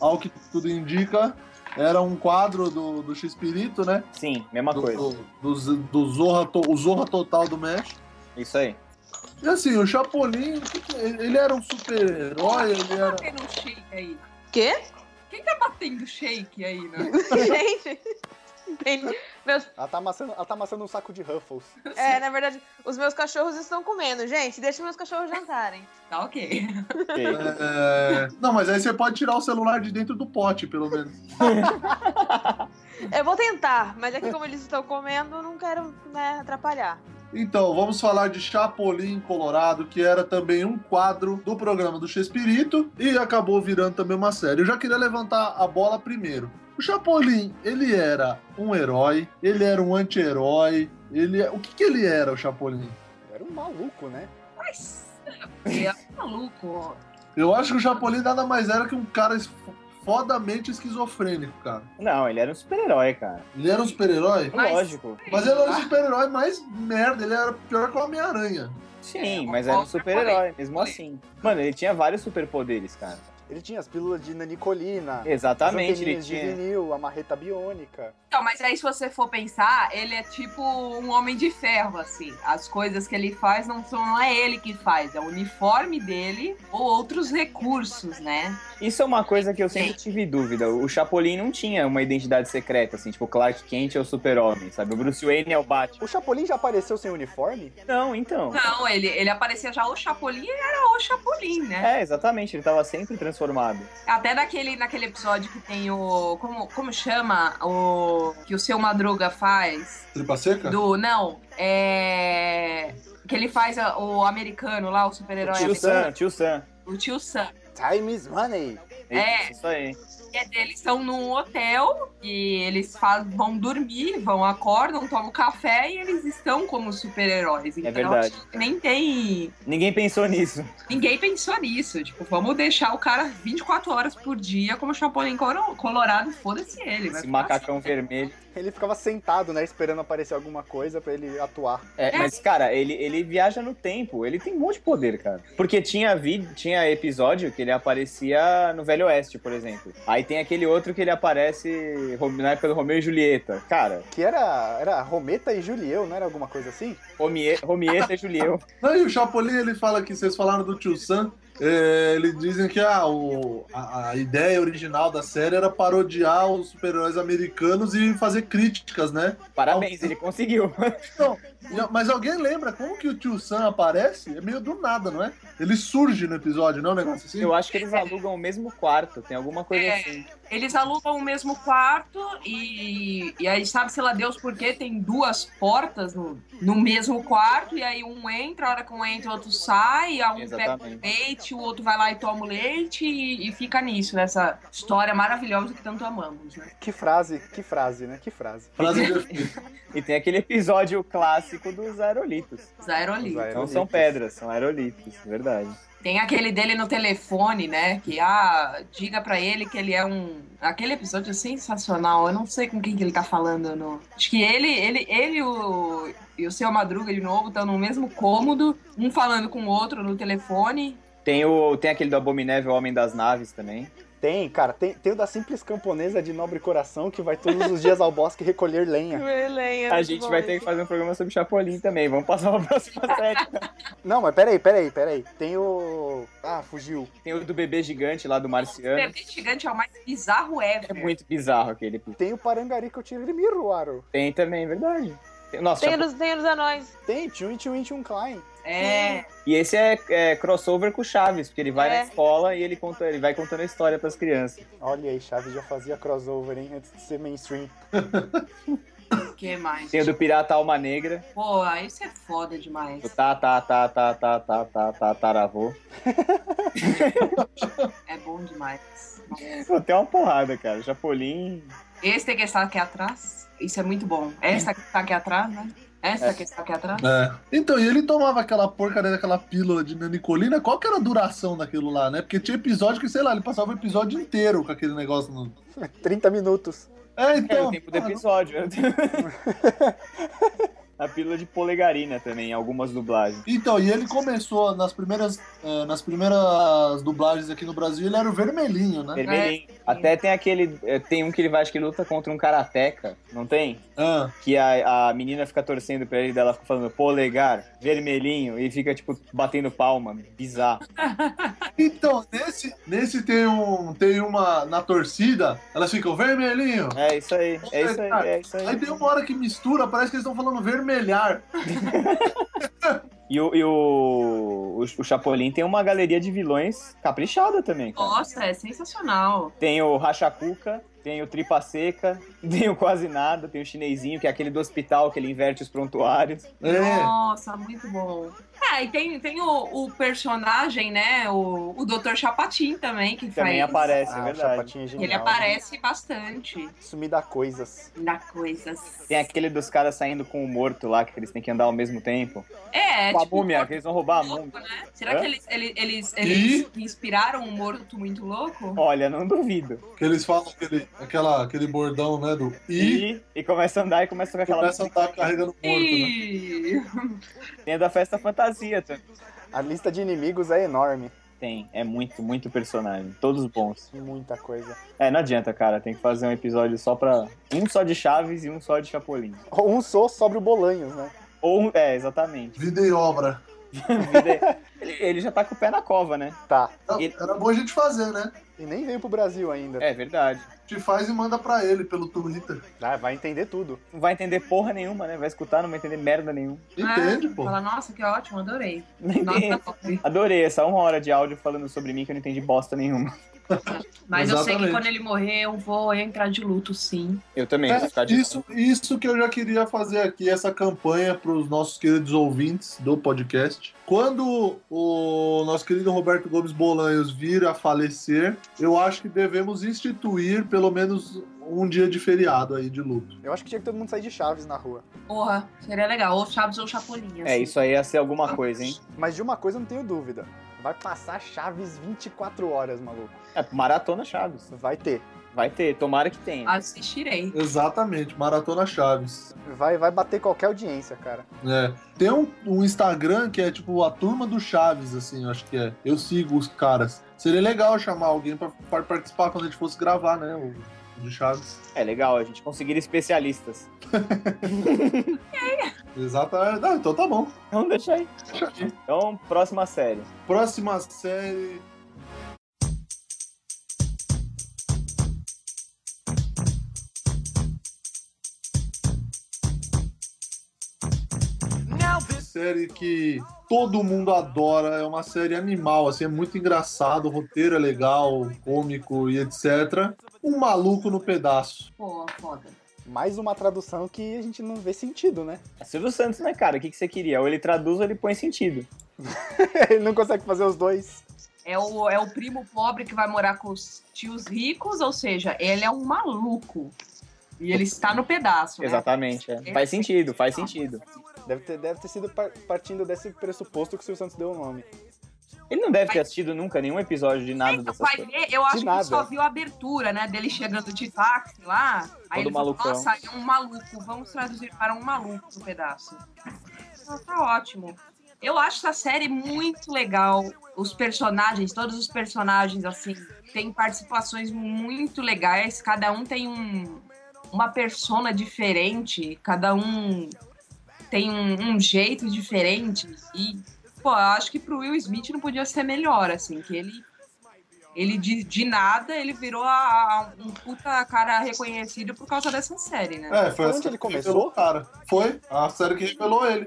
[SPEAKER 1] ao que tudo indica, era um quadro do, do X-Pirito, né?
[SPEAKER 3] Sim, mesma
[SPEAKER 1] do,
[SPEAKER 3] coisa.
[SPEAKER 1] do, do, do Zorra, to- o Zorra Total do México.
[SPEAKER 3] Isso aí.
[SPEAKER 1] E assim, o Chapolin, o que que- ele ele era um super-herói, ele
[SPEAKER 5] Quem tá
[SPEAKER 1] era...
[SPEAKER 5] batendo um shake aí?
[SPEAKER 4] Quê?
[SPEAKER 5] Quem tá batendo shake aí, né?
[SPEAKER 4] Gente. Entendi. Meus-
[SPEAKER 2] Ela tá amassando, ela tá amassando um saco de Ruffles.
[SPEAKER 4] é, na verdade, os meus cachorros estão comendo. Gente, deixa meus cachorros jantarem.
[SPEAKER 5] Tá ok.
[SPEAKER 3] Ok.
[SPEAKER 1] é, Não, mas aí você pode tirar o celular de dentro do pote, pelo menos.
[SPEAKER 4] Eu vou tentar, mas é que como eles estão comendo, eu não quero né, atrapalhar.
[SPEAKER 1] Então, vamos falar de Chapolin Colorado, que era também um quadro do programa do Chespirito e acabou virando também uma série. Eu já queria levantar a bola primeiro. O Chapolin, ele era um herói, ele era um anti-herói, ele é- o que que ele era o Chapolin?
[SPEAKER 2] Era um maluco, né?
[SPEAKER 5] Mas, ele é um maluco.
[SPEAKER 1] Eu acho que o Chapolin nada mais era que um cara es- fodamente esquizofrênico, cara.
[SPEAKER 3] Não, ele era um super-herói, cara.
[SPEAKER 1] Ele era um super-herói,
[SPEAKER 5] Mas-
[SPEAKER 3] Lógico.
[SPEAKER 1] mas ele
[SPEAKER 5] Ah.
[SPEAKER 1] era um super-herói mais merda, ele era pior que o Homem-Aranha.
[SPEAKER 3] Sim, mas era um super-herói, mesmo assim. Mano, ele tinha vários superpoderes, cara.
[SPEAKER 2] Ele tinha as pílulas de nanicolina.
[SPEAKER 3] Exatamente,
[SPEAKER 2] as
[SPEAKER 3] ele
[SPEAKER 2] anteninhas de
[SPEAKER 3] tinha.
[SPEAKER 2] vinil, a marreta biônica.
[SPEAKER 5] Então, mas aí se você for pensar, ele é tipo um homem de ferro, assim. As coisas que ele faz não são não é ele que faz, é o uniforme dele ou outros recursos, né?
[SPEAKER 3] Isso é uma coisa que eu sempre tive dúvida. O Chapolin não tinha uma identidade secreta, assim, tipo, Clark Kent é o super-homem, sabe? O Bruce Wayne é o Batman.
[SPEAKER 2] O Chapolin já apareceu sem uniforme?
[SPEAKER 3] Não, então.
[SPEAKER 5] Não, ele, ele aparecia já o Chapolin e era o Chapolin, né?
[SPEAKER 3] É, exatamente, ele tava sempre transformado.
[SPEAKER 5] Até naquele, naquele episódio que tem o. Como, como chama? O. Que o seu Madruga faz.
[SPEAKER 1] Tripa seca?
[SPEAKER 5] Do. Não, é. Que ele faz a- o americano lá, o super-herói
[SPEAKER 3] Tio
[SPEAKER 5] americano.
[SPEAKER 3] Sam, tio Sam.
[SPEAKER 5] O tio Sam.
[SPEAKER 2] Time is money.
[SPEAKER 5] É.
[SPEAKER 3] Isso aí.
[SPEAKER 5] É, Eles estão num hotel e eles faz- vão dormir, vão, acordam, tomam café e eles estão como super-heróis. Então,
[SPEAKER 3] É verdade.
[SPEAKER 5] acho que nem tem.
[SPEAKER 3] Ninguém pensou nisso.
[SPEAKER 5] Ninguém pensou nisso. Tipo, vamos deixar o cara 24 horas por dia como Chapolin Coro- Colorado, foda-se ele. vai
[SPEAKER 3] Esse
[SPEAKER 5] ficar
[SPEAKER 3] macacão
[SPEAKER 5] assim.
[SPEAKER 3] vermelho.
[SPEAKER 2] Ele ficava sentado, né? Esperando aparecer alguma coisa pra ele atuar.
[SPEAKER 3] É, mas, cara, ele, ele viaja no tempo. Ele tem um monte de poder, cara. Porque tinha, vi, tinha episódio que ele aparecia no Velho Oeste, por exemplo. Aí Aí tem aquele outro que ele aparece ro- na época do Romeu e Julieta. Cara,
[SPEAKER 2] Que era, era Rometa e Julieu, não era alguma coisa assim?
[SPEAKER 3] Romie- Romieta e Julieu.
[SPEAKER 1] Não, e o Chapolin, ele fala que vocês falaram do Tio Sam, é, eles dizem que ah, o- a, a ideia original da série era parodiar os super-heróis americanos e fazer críticas, né?
[SPEAKER 3] Parabéns, ele conseguiu.
[SPEAKER 1] E- Mas alguém lembra como que o Tio Sam aparece? É meio do nada, não é? Ele surge no episódio, não é um negócio assim?
[SPEAKER 3] Eu acho que eles alugam o mesmo quarto, tem alguma coisa
[SPEAKER 5] É,
[SPEAKER 3] assim.
[SPEAKER 5] Eles alugam o mesmo quarto e, e aí sabe, sei lá, Deus por quê, tem duas portas no, no mesmo quarto e aí um entra, a hora que um entra, o outro sai, a um pega o
[SPEAKER 3] Exatamente.
[SPEAKER 5] leite, o outro vai lá e toma o leite e, e fica nisso, nessa história maravilhosa que tanto amamos, né?
[SPEAKER 2] Que frase, que frase, né? Que frase.
[SPEAKER 1] Frase de efeito.
[SPEAKER 3] E tem aquele episódio clássico dos aerolitos.
[SPEAKER 5] Os É, aerolitos.
[SPEAKER 2] Os
[SPEAKER 3] Não são
[SPEAKER 2] Aerolitos.
[SPEAKER 3] pedras, são aerolitos, verdade.
[SPEAKER 5] Tem aquele dele no telefone, né? Que, ah, diga pra ele que ele é um. Aquele episódio é sensacional. Eu não sei com quem que ele tá falando. No... Acho que ele, ele, ele e o... e o seu Madruga de novo estão no mesmo cômodo, um falando com o outro no telefone.
[SPEAKER 3] Tem, o, tem aquele do Abominável Homem das Naves também.
[SPEAKER 2] Tem, cara, tem, tem o da simples camponesa de nobre coração que vai todos os dias ao bosque recolher lenha.
[SPEAKER 4] Lenha,
[SPEAKER 3] É.
[SPEAKER 4] É
[SPEAKER 3] A
[SPEAKER 4] muito
[SPEAKER 3] gente
[SPEAKER 4] bom
[SPEAKER 3] vai ter que
[SPEAKER 4] isso.
[SPEAKER 3] fazer um programa sobre Chapolin também. Vamos passar pra próxima série.
[SPEAKER 2] Não, mas peraí, peraí, peraí. Tem o. Ah, fugiu.
[SPEAKER 3] Tem o do bebê gigante lá do
[SPEAKER 5] O
[SPEAKER 3] Marciano.
[SPEAKER 5] bebê gigante é o mais bizarro ever.
[SPEAKER 3] É muito bizarro aquele.
[SPEAKER 2] Tem o Parangari que eu tirei de Miruaro.
[SPEAKER 3] Tem também, é verdade. Tem- Nossa,
[SPEAKER 4] Tem
[SPEAKER 3] Chapolin-
[SPEAKER 4] dos, tem dos anões.
[SPEAKER 2] Tem Tio e Tio e Tio Klein.
[SPEAKER 5] É.
[SPEAKER 3] E esse é, é crossover com o Chaves, porque ele vai
[SPEAKER 4] É.
[SPEAKER 3] na escola e ele, conta, ele vai contando a história pras crianças.
[SPEAKER 2] Olha aí, Chaves já fazia crossover, hein? Antes de ser mainstream.
[SPEAKER 5] O que mais?
[SPEAKER 3] Tem o do Pirata Alma Negra.
[SPEAKER 5] Pô, isso é foda demais.
[SPEAKER 3] Do tá, tá, tá, tá, tá, tá, tá, tá, taravô.
[SPEAKER 5] É bom demais.
[SPEAKER 3] Pô, tem uma porrada, cara. Chapolin.
[SPEAKER 5] Esse tem que estar aqui atrás. Isso é muito bom. Essa que está aqui atrás, né? Essa que está aqui atrás.
[SPEAKER 1] É. Então, e ele tomava aquela porcaria daquela pílula de nanicolina, qual que era a duração daquilo lá, né? Porque tinha episódio que, sei lá, ele passava o episódio inteiro com aquele negócio no...
[SPEAKER 2] 30 minutos.
[SPEAKER 1] É,
[SPEAKER 3] É, o
[SPEAKER 1] então...
[SPEAKER 3] tempo do episódio. a pílula de polegarina também, em algumas dublagens.
[SPEAKER 1] Então, e ele começou nas primeiras, eh, nas primeiras dublagens aqui no Brasil, ele era o vermelhinho, né?
[SPEAKER 3] Vermelhinho. Até tem aquele. é, Tem um que ele vai, acho que ele luta contra um karateca, não tem?
[SPEAKER 1] Ah,
[SPEAKER 3] Que a, a menina fica torcendo pra ele, dela fica falando polegar, vermelhinho, e fica, tipo, batendo palma. Bizarro.
[SPEAKER 1] Então, nesse, nesse tem, um, tem uma na torcida, elas ficam vermelhinho.
[SPEAKER 3] É isso aí, é isso aí, é isso aí.
[SPEAKER 1] Aí tem um- uma hora que mistura, parece que eles estão falando vermelhar.
[SPEAKER 3] E o, e o, o, o Chapolin tem uma galeria de vilões caprichada também, cara.
[SPEAKER 5] Nossa, é sensacional.
[SPEAKER 3] Tem o Rachacuca, tem o Tripa Seca, tem o Quase Nada, tem o Chinesinho, que é aquele do hospital que ele inverte os prontuários.
[SPEAKER 1] É.
[SPEAKER 5] Nossa, muito bom. Ah, e tem, tem o, o personagem, né? O, o Dr. Chapatin também, que
[SPEAKER 3] Também
[SPEAKER 5] faz.
[SPEAKER 3] aparece, né? é
[SPEAKER 2] o
[SPEAKER 3] verdade.
[SPEAKER 2] Chapatinho é genial.
[SPEAKER 5] Ele aparece bastante
[SPEAKER 2] Isso me dá coisas.
[SPEAKER 5] na coisas.
[SPEAKER 3] Tem aquele dos caras saindo com o morto lá, que eles têm que andar ao mesmo tempo.
[SPEAKER 5] É,
[SPEAKER 3] com a
[SPEAKER 5] tipo,
[SPEAKER 3] múmia, que eles vão roubar a
[SPEAKER 5] muito
[SPEAKER 3] múmia.
[SPEAKER 5] louco, né? Será que
[SPEAKER 3] Hã?
[SPEAKER 5] eles, ele- eles, eles, inspiraram um morto muito louco?
[SPEAKER 3] Olha, não duvido.
[SPEAKER 1] Que eles falam aquele, aquela, aquele bordão, né? Do I,
[SPEAKER 3] E, e começa a andar e começa com aquela
[SPEAKER 1] começa a andar carregando morto, né?
[SPEAKER 5] Ih,
[SPEAKER 3] Tem a da festa fantasia também.
[SPEAKER 2] A lista de inimigos é enorme.
[SPEAKER 3] Tem, é muito, muito personagem. Todos bons.
[SPEAKER 2] Muita coisa.
[SPEAKER 3] É, não adianta, cara. Tem que fazer um episódio só pra. Um só de Chaves e um só de Chapolin.
[SPEAKER 2] Um só sobre o Bolanhos, né?
[SPEAKER 3] Ou um. É, exatamente.
[SPEAKER 1] Vida e obra.
[SPEAKER 3] Ele, ele já tá com o pé na cova, né?
[SPEAKER 2] Tá.
[SPEAKER 1] Era-
[SPEAKER 3] Ele-
[SPEAKER 1] Então, Era bom a gente fazer, né?
[SPEAKER 2] E nem veio pro Brasil ainda.
[SPEAKER 3] É verdade.
[SPEAKER 1] A gente faz e manda pra ele pelo Twitter.
[SPEAKER 2] Ah, vai entender tudo.
[SPEAKER 3] Não vai entender porra nenhuma, né? Vai escutar, não vai entender merda nenhuma.
[SPEAKER 1] Entende, pô?
[SPEAKER 5] Ah, tipo, Fala, nossa, que ótimo, adorei.
[SPEAKER 3] Nem
[SPEAKER 5] Nossa, tá
[SPEAKER 3] tem- Adorei essa uma hora de áudio falando sobre mim que eu não entendi bosta nenhuma.
[SPEAKER 5] mas eu sei que
[SPEAKER 1] Exatamente.
[SPEAKER 5] quando ele morrer, eu vou entrar de luto, sim.
[SPEAKER 3] Eu também,
[SPEAKER 1] É, isso, isso que eu já queria fazer aqui, essa campanha para os nossos queridos ouvintes do podcast. Quando o nosso querido Roberto Gomes Bolanhos vir a falecer, eu acho que devemos instituir pelo menos um dia de feriado aí de luto.
[SPEAKER 2] Eu acho que tinha que todo mundo sair de Chaves na rua.
[SPEAKER 5] Porra, seria legal. Ou Chaves ou Chapolin.
[SPEAKER 3] É,
[SPEAKER 5] assim.
[SPEAKER 3] isso aí ia ser alguma coisa, hein?
[SPEAKER 2] Mas de uma coisa eu não tenho dúvida. Vai passar Chaves 24 horas, maluco.
[SPEAKER 3] É, maratona Chaves.
[SPEAKER 2] Vai ter.
[SPEAKER 3] Vai ter, tomara que tenha.
[SPEAKER 5] Assistirei.
[SPEAKER 1] Exatamente, Maratona Chaves.
[SPEAKER 2] Vai, vai bater qualquer audiência, cara.
[SPEAKER 1] É. Tem um, um Instagram que é tipo a turma do Chaves, assim, eu acho que é. Eu sigo os caras. Seria legal chamar alguém pra, pra participar quando a gente fosse gravar, né? O de Chaves.
[SPEAKER 3] É legal, a gente conseguir especialistas.
[SPEAKER 1] Exatamente. Ah, então tá bom.
[SPEAKER 3] Então deixa aí. Então, próxima série.
[SPEAKER 1] Próxima série. série que todo mundo adora, é uma série animal, assim, é muito engraçado, o roteiro é legal, cômico e etc. Um maluco no pedaço.
[SPEAKER 5] Pô, foda.
[SPEAKER 2] Mais uma tradução que a gente não vê sentido, né?
[SPEAKER 3] É Silvio Santos, né, cara? O que, que você queria? Ou ele traduz ou ele põe sentido.
[SPEAKER 2] Ele não consegue fazer os dois.
[SPEAKER 5] É o, é o primo pobre que vai morar com os tios ricos, ou seja, ele é um maluco. E ele está no pedaço, né?
[SPEAKER 3] Exatamente. é. Faz sentido, faz sentido.
[SPEAKER 2] Deve ter, deve ter sido par- partindo desse pressuposto que o Silvio Santos deu o nome.
[SPEAKER 3] Ele não deve ter assistido nunca nenhum episódio de nada
[SPEAKER 5] Então,
[SPEAKER 3] dessas
[SPEAKER 5] vai
[SPEAKER 3] coisas.
[SPEAKER 5] ver, eu acho que
[SPEAKER 2] nada.
[SPEAKER 5] só viu a abertura, né? Dele chegando de táxi lá. Aí ele falou,
[SPEAKER 3] malucão.
[SPEAKER 5] nossa, é um maluco. Vamos traduzir para um maluco no pedaço. Então, tá ótimo. Eu acho essa série muito legal. Os personagens, todos os personagens, assim, têm participações muito legais. Cada um tem um, uma persona diferente. Cada um tem um, um jeito diferente. E, pô, eu acho que pro Will Smith não podia ser melhor, assim, que ele. Ele de, de nada, ele virou a- a- um puta cara reconhecido por causa dessa série, né?
[SPEAKER 1] É, foi
[SPEAKER 2] Onde
[SPEAKER 1] a série que
[SPEAKER 2] ele começou?
[SPEAKER 1] revelou o cara. Foi a série que revelou ele.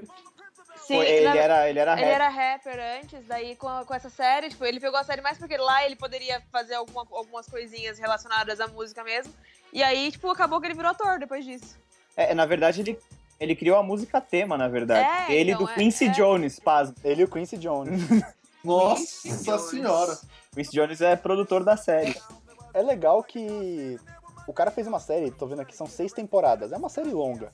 [SPEAKER 4] Sim,
[SPEAKER 3] Foi- ele,
[SPEAKER 4] na-
[SPEAKER 3] era, ele era
[SPEAKER 4] ele
[SPEAKER 3] rapper.
[SPEAKER 4] era rapper antes, daí com, com essa série, tipo, ele pegou a série mais porque lá ele poderia fazer alguma- algumas coisinhas relacionadas à música mesmo. E aí, tipo, acabou que ele virou ator depois disso.
[SPEAKER 3] É, na verdade, ele, ele criou a música tema, na verdade.
[SPEAKER 4] É,
[SPEAKER 3] ele
[SPEAKER 4] então,
[SPEAKER 3] do
[SPEAKER 4] é-
[SPEAKER 3] Quincy
[SPEAKER 4] é.
[SPEAKER 3] Jones, pasmo.
[SPEAKER 2] Ele e o Quincy Jones.
[SPEAKER 1] Nossa senhora.
[SPEAKER 3] Quincy Jones é produtor da série.
[SPEAKER 2] É legal que o cara fez uma série, tô vendo aqui, são seis temporadas. É uma série longa.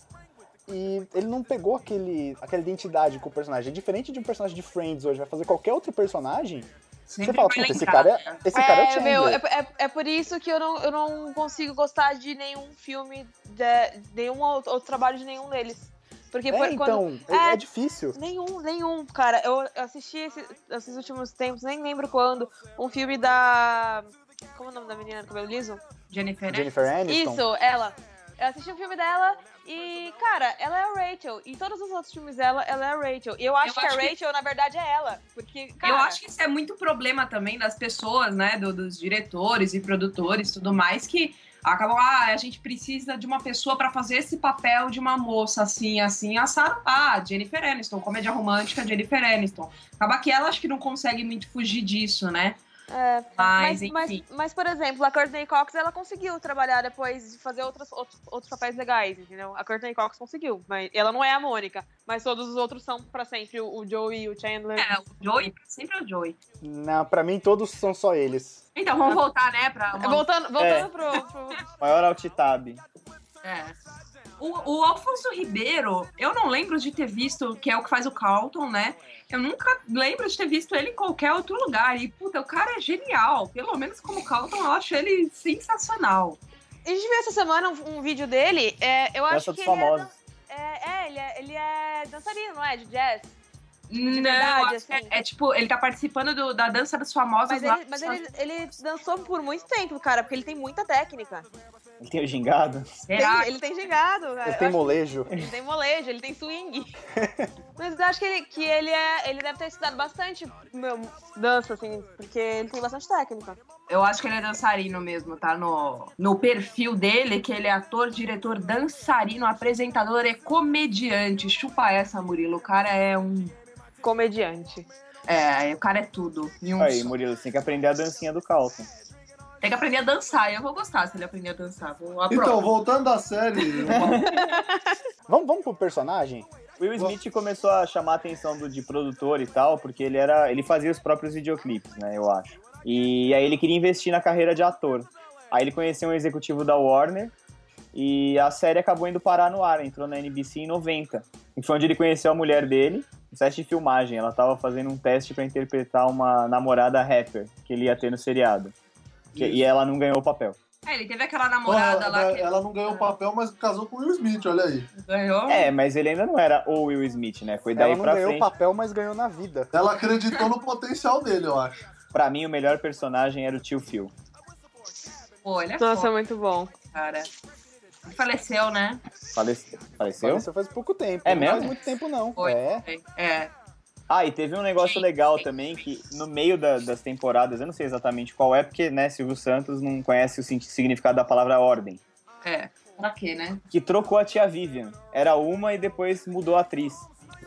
[SPEAKER 2] E ele não pegou aquele, aquela identidade com o personagem. Diferente de um personagem de Friends hoje, vai fazer qualquer outro personagem.
[SPEAKER 5] Sempre
[SPEAKER 2] É. você fala,
[SPEAKER 5] vai
[SPEAKER 2] puta, esse
[SPEAKER 5] lembrar,
[SPEAKER 2] cara
[SPEAKER 5] né?
[SPEAKER 2] é, esse cara é o
[SPEAKER 4] é,
[SPEAKER 2] Chandler.
[SPEAKER 4] meu, é, é, é por isso que eu não, eu não consigo gostar de nenhum filme, de, nenhum outro, outro trabalho de nenhum deles. Porque
[SPEAKER 2] É,
[SPEAKER 4] por- quando.
[SPEAKER 2] então, é,
[SPEAKER 4] É.
[SPEAKER 2] é difícil.
[SPEAKER 4] Nenhum, nenhum, cara. Eu eu assisti esse- esses últimos tempos, nem lembro quando, um filme da. Como é o nome da menina do cabelo liso?
[SPEAKER 5] Jennifer,
[SPEAKER 2] é Jennifer Aniston.
[SPEAKER 4] Isso, ela. Eu assisti um filme dela e, cara, ela é a Rachel. E todos os outros filmes dela, ela é a Rachel. E eu acho que
[SPEAKER 5] acho
[SPEAKER 4] a
[SPEAKER 5] que-
[SPEAKER 4] Rachel, na verdade, é ela. Porque, cara,
[SPEAKER 5] Eu acho que isso é muito problema também das pessoas, né? do- dos diretores e produtores e tudo mais, que acabam, ah, a gente precisa de uma pessoa pra fazer esse papel de uma moça assim, assim, assado. Ah, Jennifer Aniston, comédia romântica, Jennifer Aniston. Acaba que ela acho que não consegue muito fugir disso, né?
[SPEAKER 4] é,
[SPEAKER 5] Mas, enfim.
[SPEAKER 4] mas, mas, por exemplo, a Courtney Cox, ela conseguiu trabalhar depois de fazer outros, outros, outros papéis legais, entendeu? A Courtney Cox conseguiu, mas ela não é a Mônica. Mas todos os outros são pra sempre, o, o Joey, o Chandler.
[SPEAKER 5] É, o Joey, sempre é o Joey.
[SPEAKER 2] Não, pra mim, todos são só eles.
[SPEAKER 5] Então, vamos voltar, né, pra... uma-
[SPEAKER 4] Voltando,
[SPEAKER 3] É.
[SPEAKER 4] voltando pro, pro-
[SPEAKER 3] Maior alt tab.
[SPEAKER 5] É. O, o Alfonso Ribeiro, eu não lembro de ter visto, que é o que faz o Carlton, né? Eu nunca lembro de ter visto ele em qualquer outro lugar. E, puta, o cara é genial. Pelo menos como Carlton, eu acho ele sensacional.
[SPEAKER 4] A gente viu essa semana um, um vídeo dele, é, eu
[SPEAKER 3] Essa
[SPEAKER 4] acho
[SPEAKER 3] dos
[SPEAKER 4] que ele é, dan-
[SPEAKER 3] famosos.
[SPEAKER 4] é, é, ele é, ele é dançarino, não é? De jazz.
[SPEAKER 5] Não,
[SPEAKER 4] verdade,
[SPEAKER 5] eu acho que é,
[SPEAKER 4] assim.
[SPEAKER 5] é tipo, ele tá participando do- da dança dos famosos
[SPEAKER 4] Mas,
[SPEAKER 5] lá.
[SPEAKER 4] ele, mas ele, ele dançou por muito tempo, cara, porque ele tem muita técnica.
[SPEAKER 3] Ele tem o gingado.
[SPEAKER 5] Será?
[SPEAKER 4] Tem- ele tem gingado, cara.
[SPEAKER 2] Ele
[SPEAKER 4] Eu
[SPEAKER 2] tem
[SPEAKER 4] acho
[SPEAKER 2] molejo.
[SPEAKER 4] que ele tem molejo, ele tem swing. mas eu acho que ele, que ele é. Ele deve ter estudado bastante meu, dança, assim, porque ele tem bastante técnica.
[SPEAKER 5] Eu acho que ele é dançarino mesmo, tá? No, no perfil dele, que ele é ator, diretor, dançarino, apresentador e comediante. Chupa essa, Murilo. O cara é um.
[SPEAKER 4] Comediante.
[SPEAKER 5] É, o cara é tudo. Em um
[SPEAKER 3] Aí,
[SPEAKER 5] só.
[SPEAKER 3] Murilo, você tem que aprender a dancinha do Carlton.
[SPEAKER 5] Tem que aprender a dançar. Eu vou gostar se ele aprender a dançar. Vou aprovar.
[SPEAKER 1] Então, voltando à série, uma-
[SPEAKER 2] Vamos, vamos pro personagem?
[SPEAKER 3] Will Smith começou a chamar a atenção do, de produtor e tal, porque ele era. ele fazia os próprios videoclipes, né, eu acho. E aí ele queria investir na carreira de ator. Aí ele conheceu um executivo da Warner e a série acabou indo parar no ar, entrou na NBC em 90. E foi onde ele conheceu a mulher dele, no set de filmagem. Ela tava fazendo um teste pra interpretar uma namorada rapper que ele ia ter no seriado. Que- e ela não ganhou o papel.
[SPEAKER 5] É, ele teve aquela
[SPEAKER 1] Porra, é.
[SPEAKER 5] namorada lá
[SPEAKER 1] ela,
[SPEAKER 5] que
[SPEAKER 1] né,
[SPEAKER 5] é.
[SPEAKER 1] ela não ganhou o papel, mas casou com o Will Smith, olha aí.
[SPEAKER 5] ganhou.
[SPEAKER 3] É, mas ele ainda não era o Will Smith, né? Foi
[SPEAKER 2] Então-
[SPEAKER 3] daí
[SPEAKER 2] Ela não
[SPEAKER 3] pra
[SPEAKER 2] ganhou o
[SPEAKER 3] frente.
[SPEAKER 2] papel, mas ganhou na vida.
[SPEAKER 1] Ela acreditou no potencial dele, eu acho.
[SPEAKER 3] Pra mim, o melhor personagem era o tio Phil.
[SPEAKER 5] Pô, ele é
[SPEAKER 3] Então,
[SPEAKER 4] Nossa,
[SPEAKER 5] foda,
[SPEAKER 4] muito bom.
[SPEAKER 5] cara. Ele faleceu, né?
[SPEAKER 3] Falece- Faleceu?
[SPEAKER 2] Apareceu faz pouco tempo.
[SPEAKER 3] É
[SPEAKER 2] não
[SPEAKER 3] mesmo?
[SPEAKER 2] faz muito tempo, não.
[SPEAKER 5] Foi.
[SPEAKER 2] É.
[SPEAKER 5] É.
[SPEAKER 3] Ah, e teve um negócio
[SPEAKER 5] Sim,
[SPEAKER 3] legal
[SPEAKER 5] sim,
[SPEAKER 3] também
[SPEAKER 5] sim.
[SPEAKER 3] que no meio da- das temporadas, eu não sei exatamente qual é, porque, né, Silvio Santos não conhece o sin- significado da palavra ordem.
[SPEAKER 5] É. Pra quê, né?
[SPEAKER 3] Que trocou a tia Vivian. Era uma e depois mudou a atriz.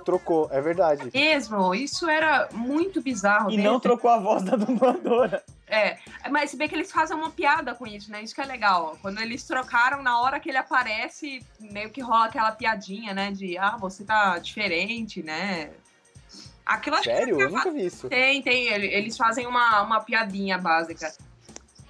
[SPEAKER 2] Trocou, é verdade.
[SPEAKER 5] Mesmo, isso era muito bizarro.
[SPEAKER 3] E
[SPEAKER 5] né?
[SPEAKER 3] não trocou a voz da dubladora.
[SPEAKER 5] É, mas se bem que eles fazem uma piada com isso, né? Isso que é legal. Quando eles trocaram, na hora que ele aparece, meio que rola aquela piadinha, né? De, ah, você tá diferente, né? Aquilo acho
[SPEAKER 2] Sério?
[SPEAKER 5] que
[SPEAKER 2] Eu nunca vi isso.
[SPEAKER 5] tem, tem. ele- Eles fazem uma, uma piadinha básica.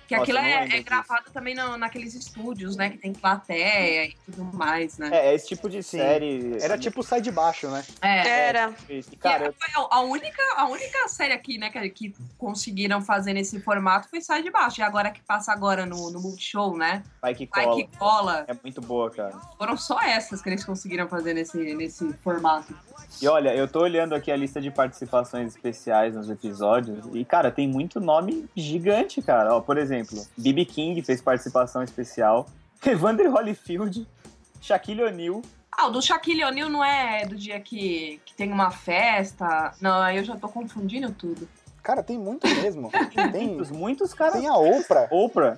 [SPEAKER 5] Que
[SPEAKER 3] Nossa,
[SPEAKER 5] aquilo
[SPEAKER 3] eu não
[SPEAKER 5] é,
[SPEAKER 3] lembro
[SPEAKER 5] é
[SPEAKER 3] disso.
[SPEAKER 5] gravado também na- naqueles estúdios, né? Que tem plateia e tudo mais, né?
[SPEAKER 3] É, é esse tipo de
[SPEAKER 2] Sim.
[SPEAKER 3] série.
[SPEAKER 2] Era tipo sai de baixo, né?
[SPEAKER 5] É.
[SPEAKER 4] Era.
[SPEAKER 3] E,
[SPEAKER 5] Que
[SPEAKER 3] Cara, eu-
[SPEAKER 5] foi a- a única, a única série aqui, né, que, que conseguiram fazer nesse formato foi Sai de Baixo. E agora que passa agora no, no Multishow, né?
[SPEAKER 3] vai que
[SPEAKER 5] Vai
[SPEAKER 3] cola.
[SPEAKER 5] que cola.
[SPEAKER 3] É muito boa, cara.
[SPEAKER 5] Foram só essas que eles conseguiram fazer nesse, nesse formato.
[SPEAKER 3] E olha, eu tô olhando aqui a lista de participações especiais nos episódios e, cara, tem muito nome gigante, cara. Ó, por exemplo, B.B. King fez participação especial, Evander Holyfield, Shaquille O'Neal,
[SPEAKER 5] Ah, o do Shaquille O'Neal não é do dia que, que tem uma festa. Não, aí eu já tô confundindo tudo.
[SPEAKER 2] Cara, tem muito mesmo. Tem,
[SPEAKER 3] muitos, muitos caras.
[SPEAKER 2] tem a Oprah,
[SPEAKER 3] Oprah,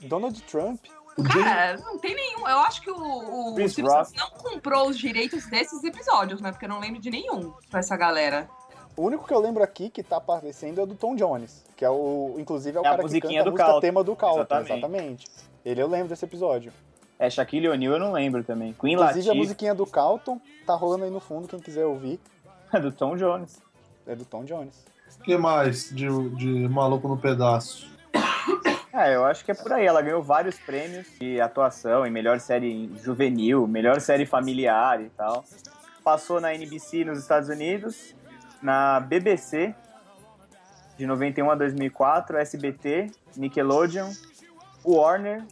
[SPEAKER 2] Donald Trump.
[SPEAKER 5] Cara, não tem nenhum. Eu acho que o, o
[SPEAKER 3] Chris
[SPEAKER 5] Silvio
[SPEAKER 3] Rock.
[SPEAKER 5] Santos não comprou os direitos desses episódios, né? Porque eu não lembro de nenhum pra essa galera.
[SPEAKER 2] O único que eu lembro aqui que tá aparecendo é o do Tom Jones, que é o, inclusive, é o
[SPEAKER 3] É a
[SPEAKER 2] cara que canta
[SPEAKER 3] musiquinha
[SPEAKER 2] a
[SPEAKER 3] do
[SPEAKER 2] música
[SPEAKER 3] Carlton.
[SPEAKER 2] tema do Carlton,
[SPEAKER 3] Exatamente.
[SPEAKER 2] exatamente. Ele eu lembro desse episódio.
[SPEAKER 3] é Shaquille O'Neal, eu não lembro também. Queen
[SPEAKER 2] Inclusive, a
[SPEAKER 3] Latifah,
[SPEAKER 2] musiquinha do Carlton tá rolando aí no fundo, quem quiser ouvir,
[SPEAKER 3] do Tom Jones.
[SPEAKER 2] é do Tom Jones.
[SPEAKER 1] O que mais de, de maluco no pedaço?
[SPEAKER 3] É, eu acho que é por aí. Ela ganhou vários prêmios de atuação em melhor série juvenil, melhor série familiar e tal. Passou na NBC nos Estados Unidos, na BBC de 91 a 2004, SBT, Nickelodeon, Warner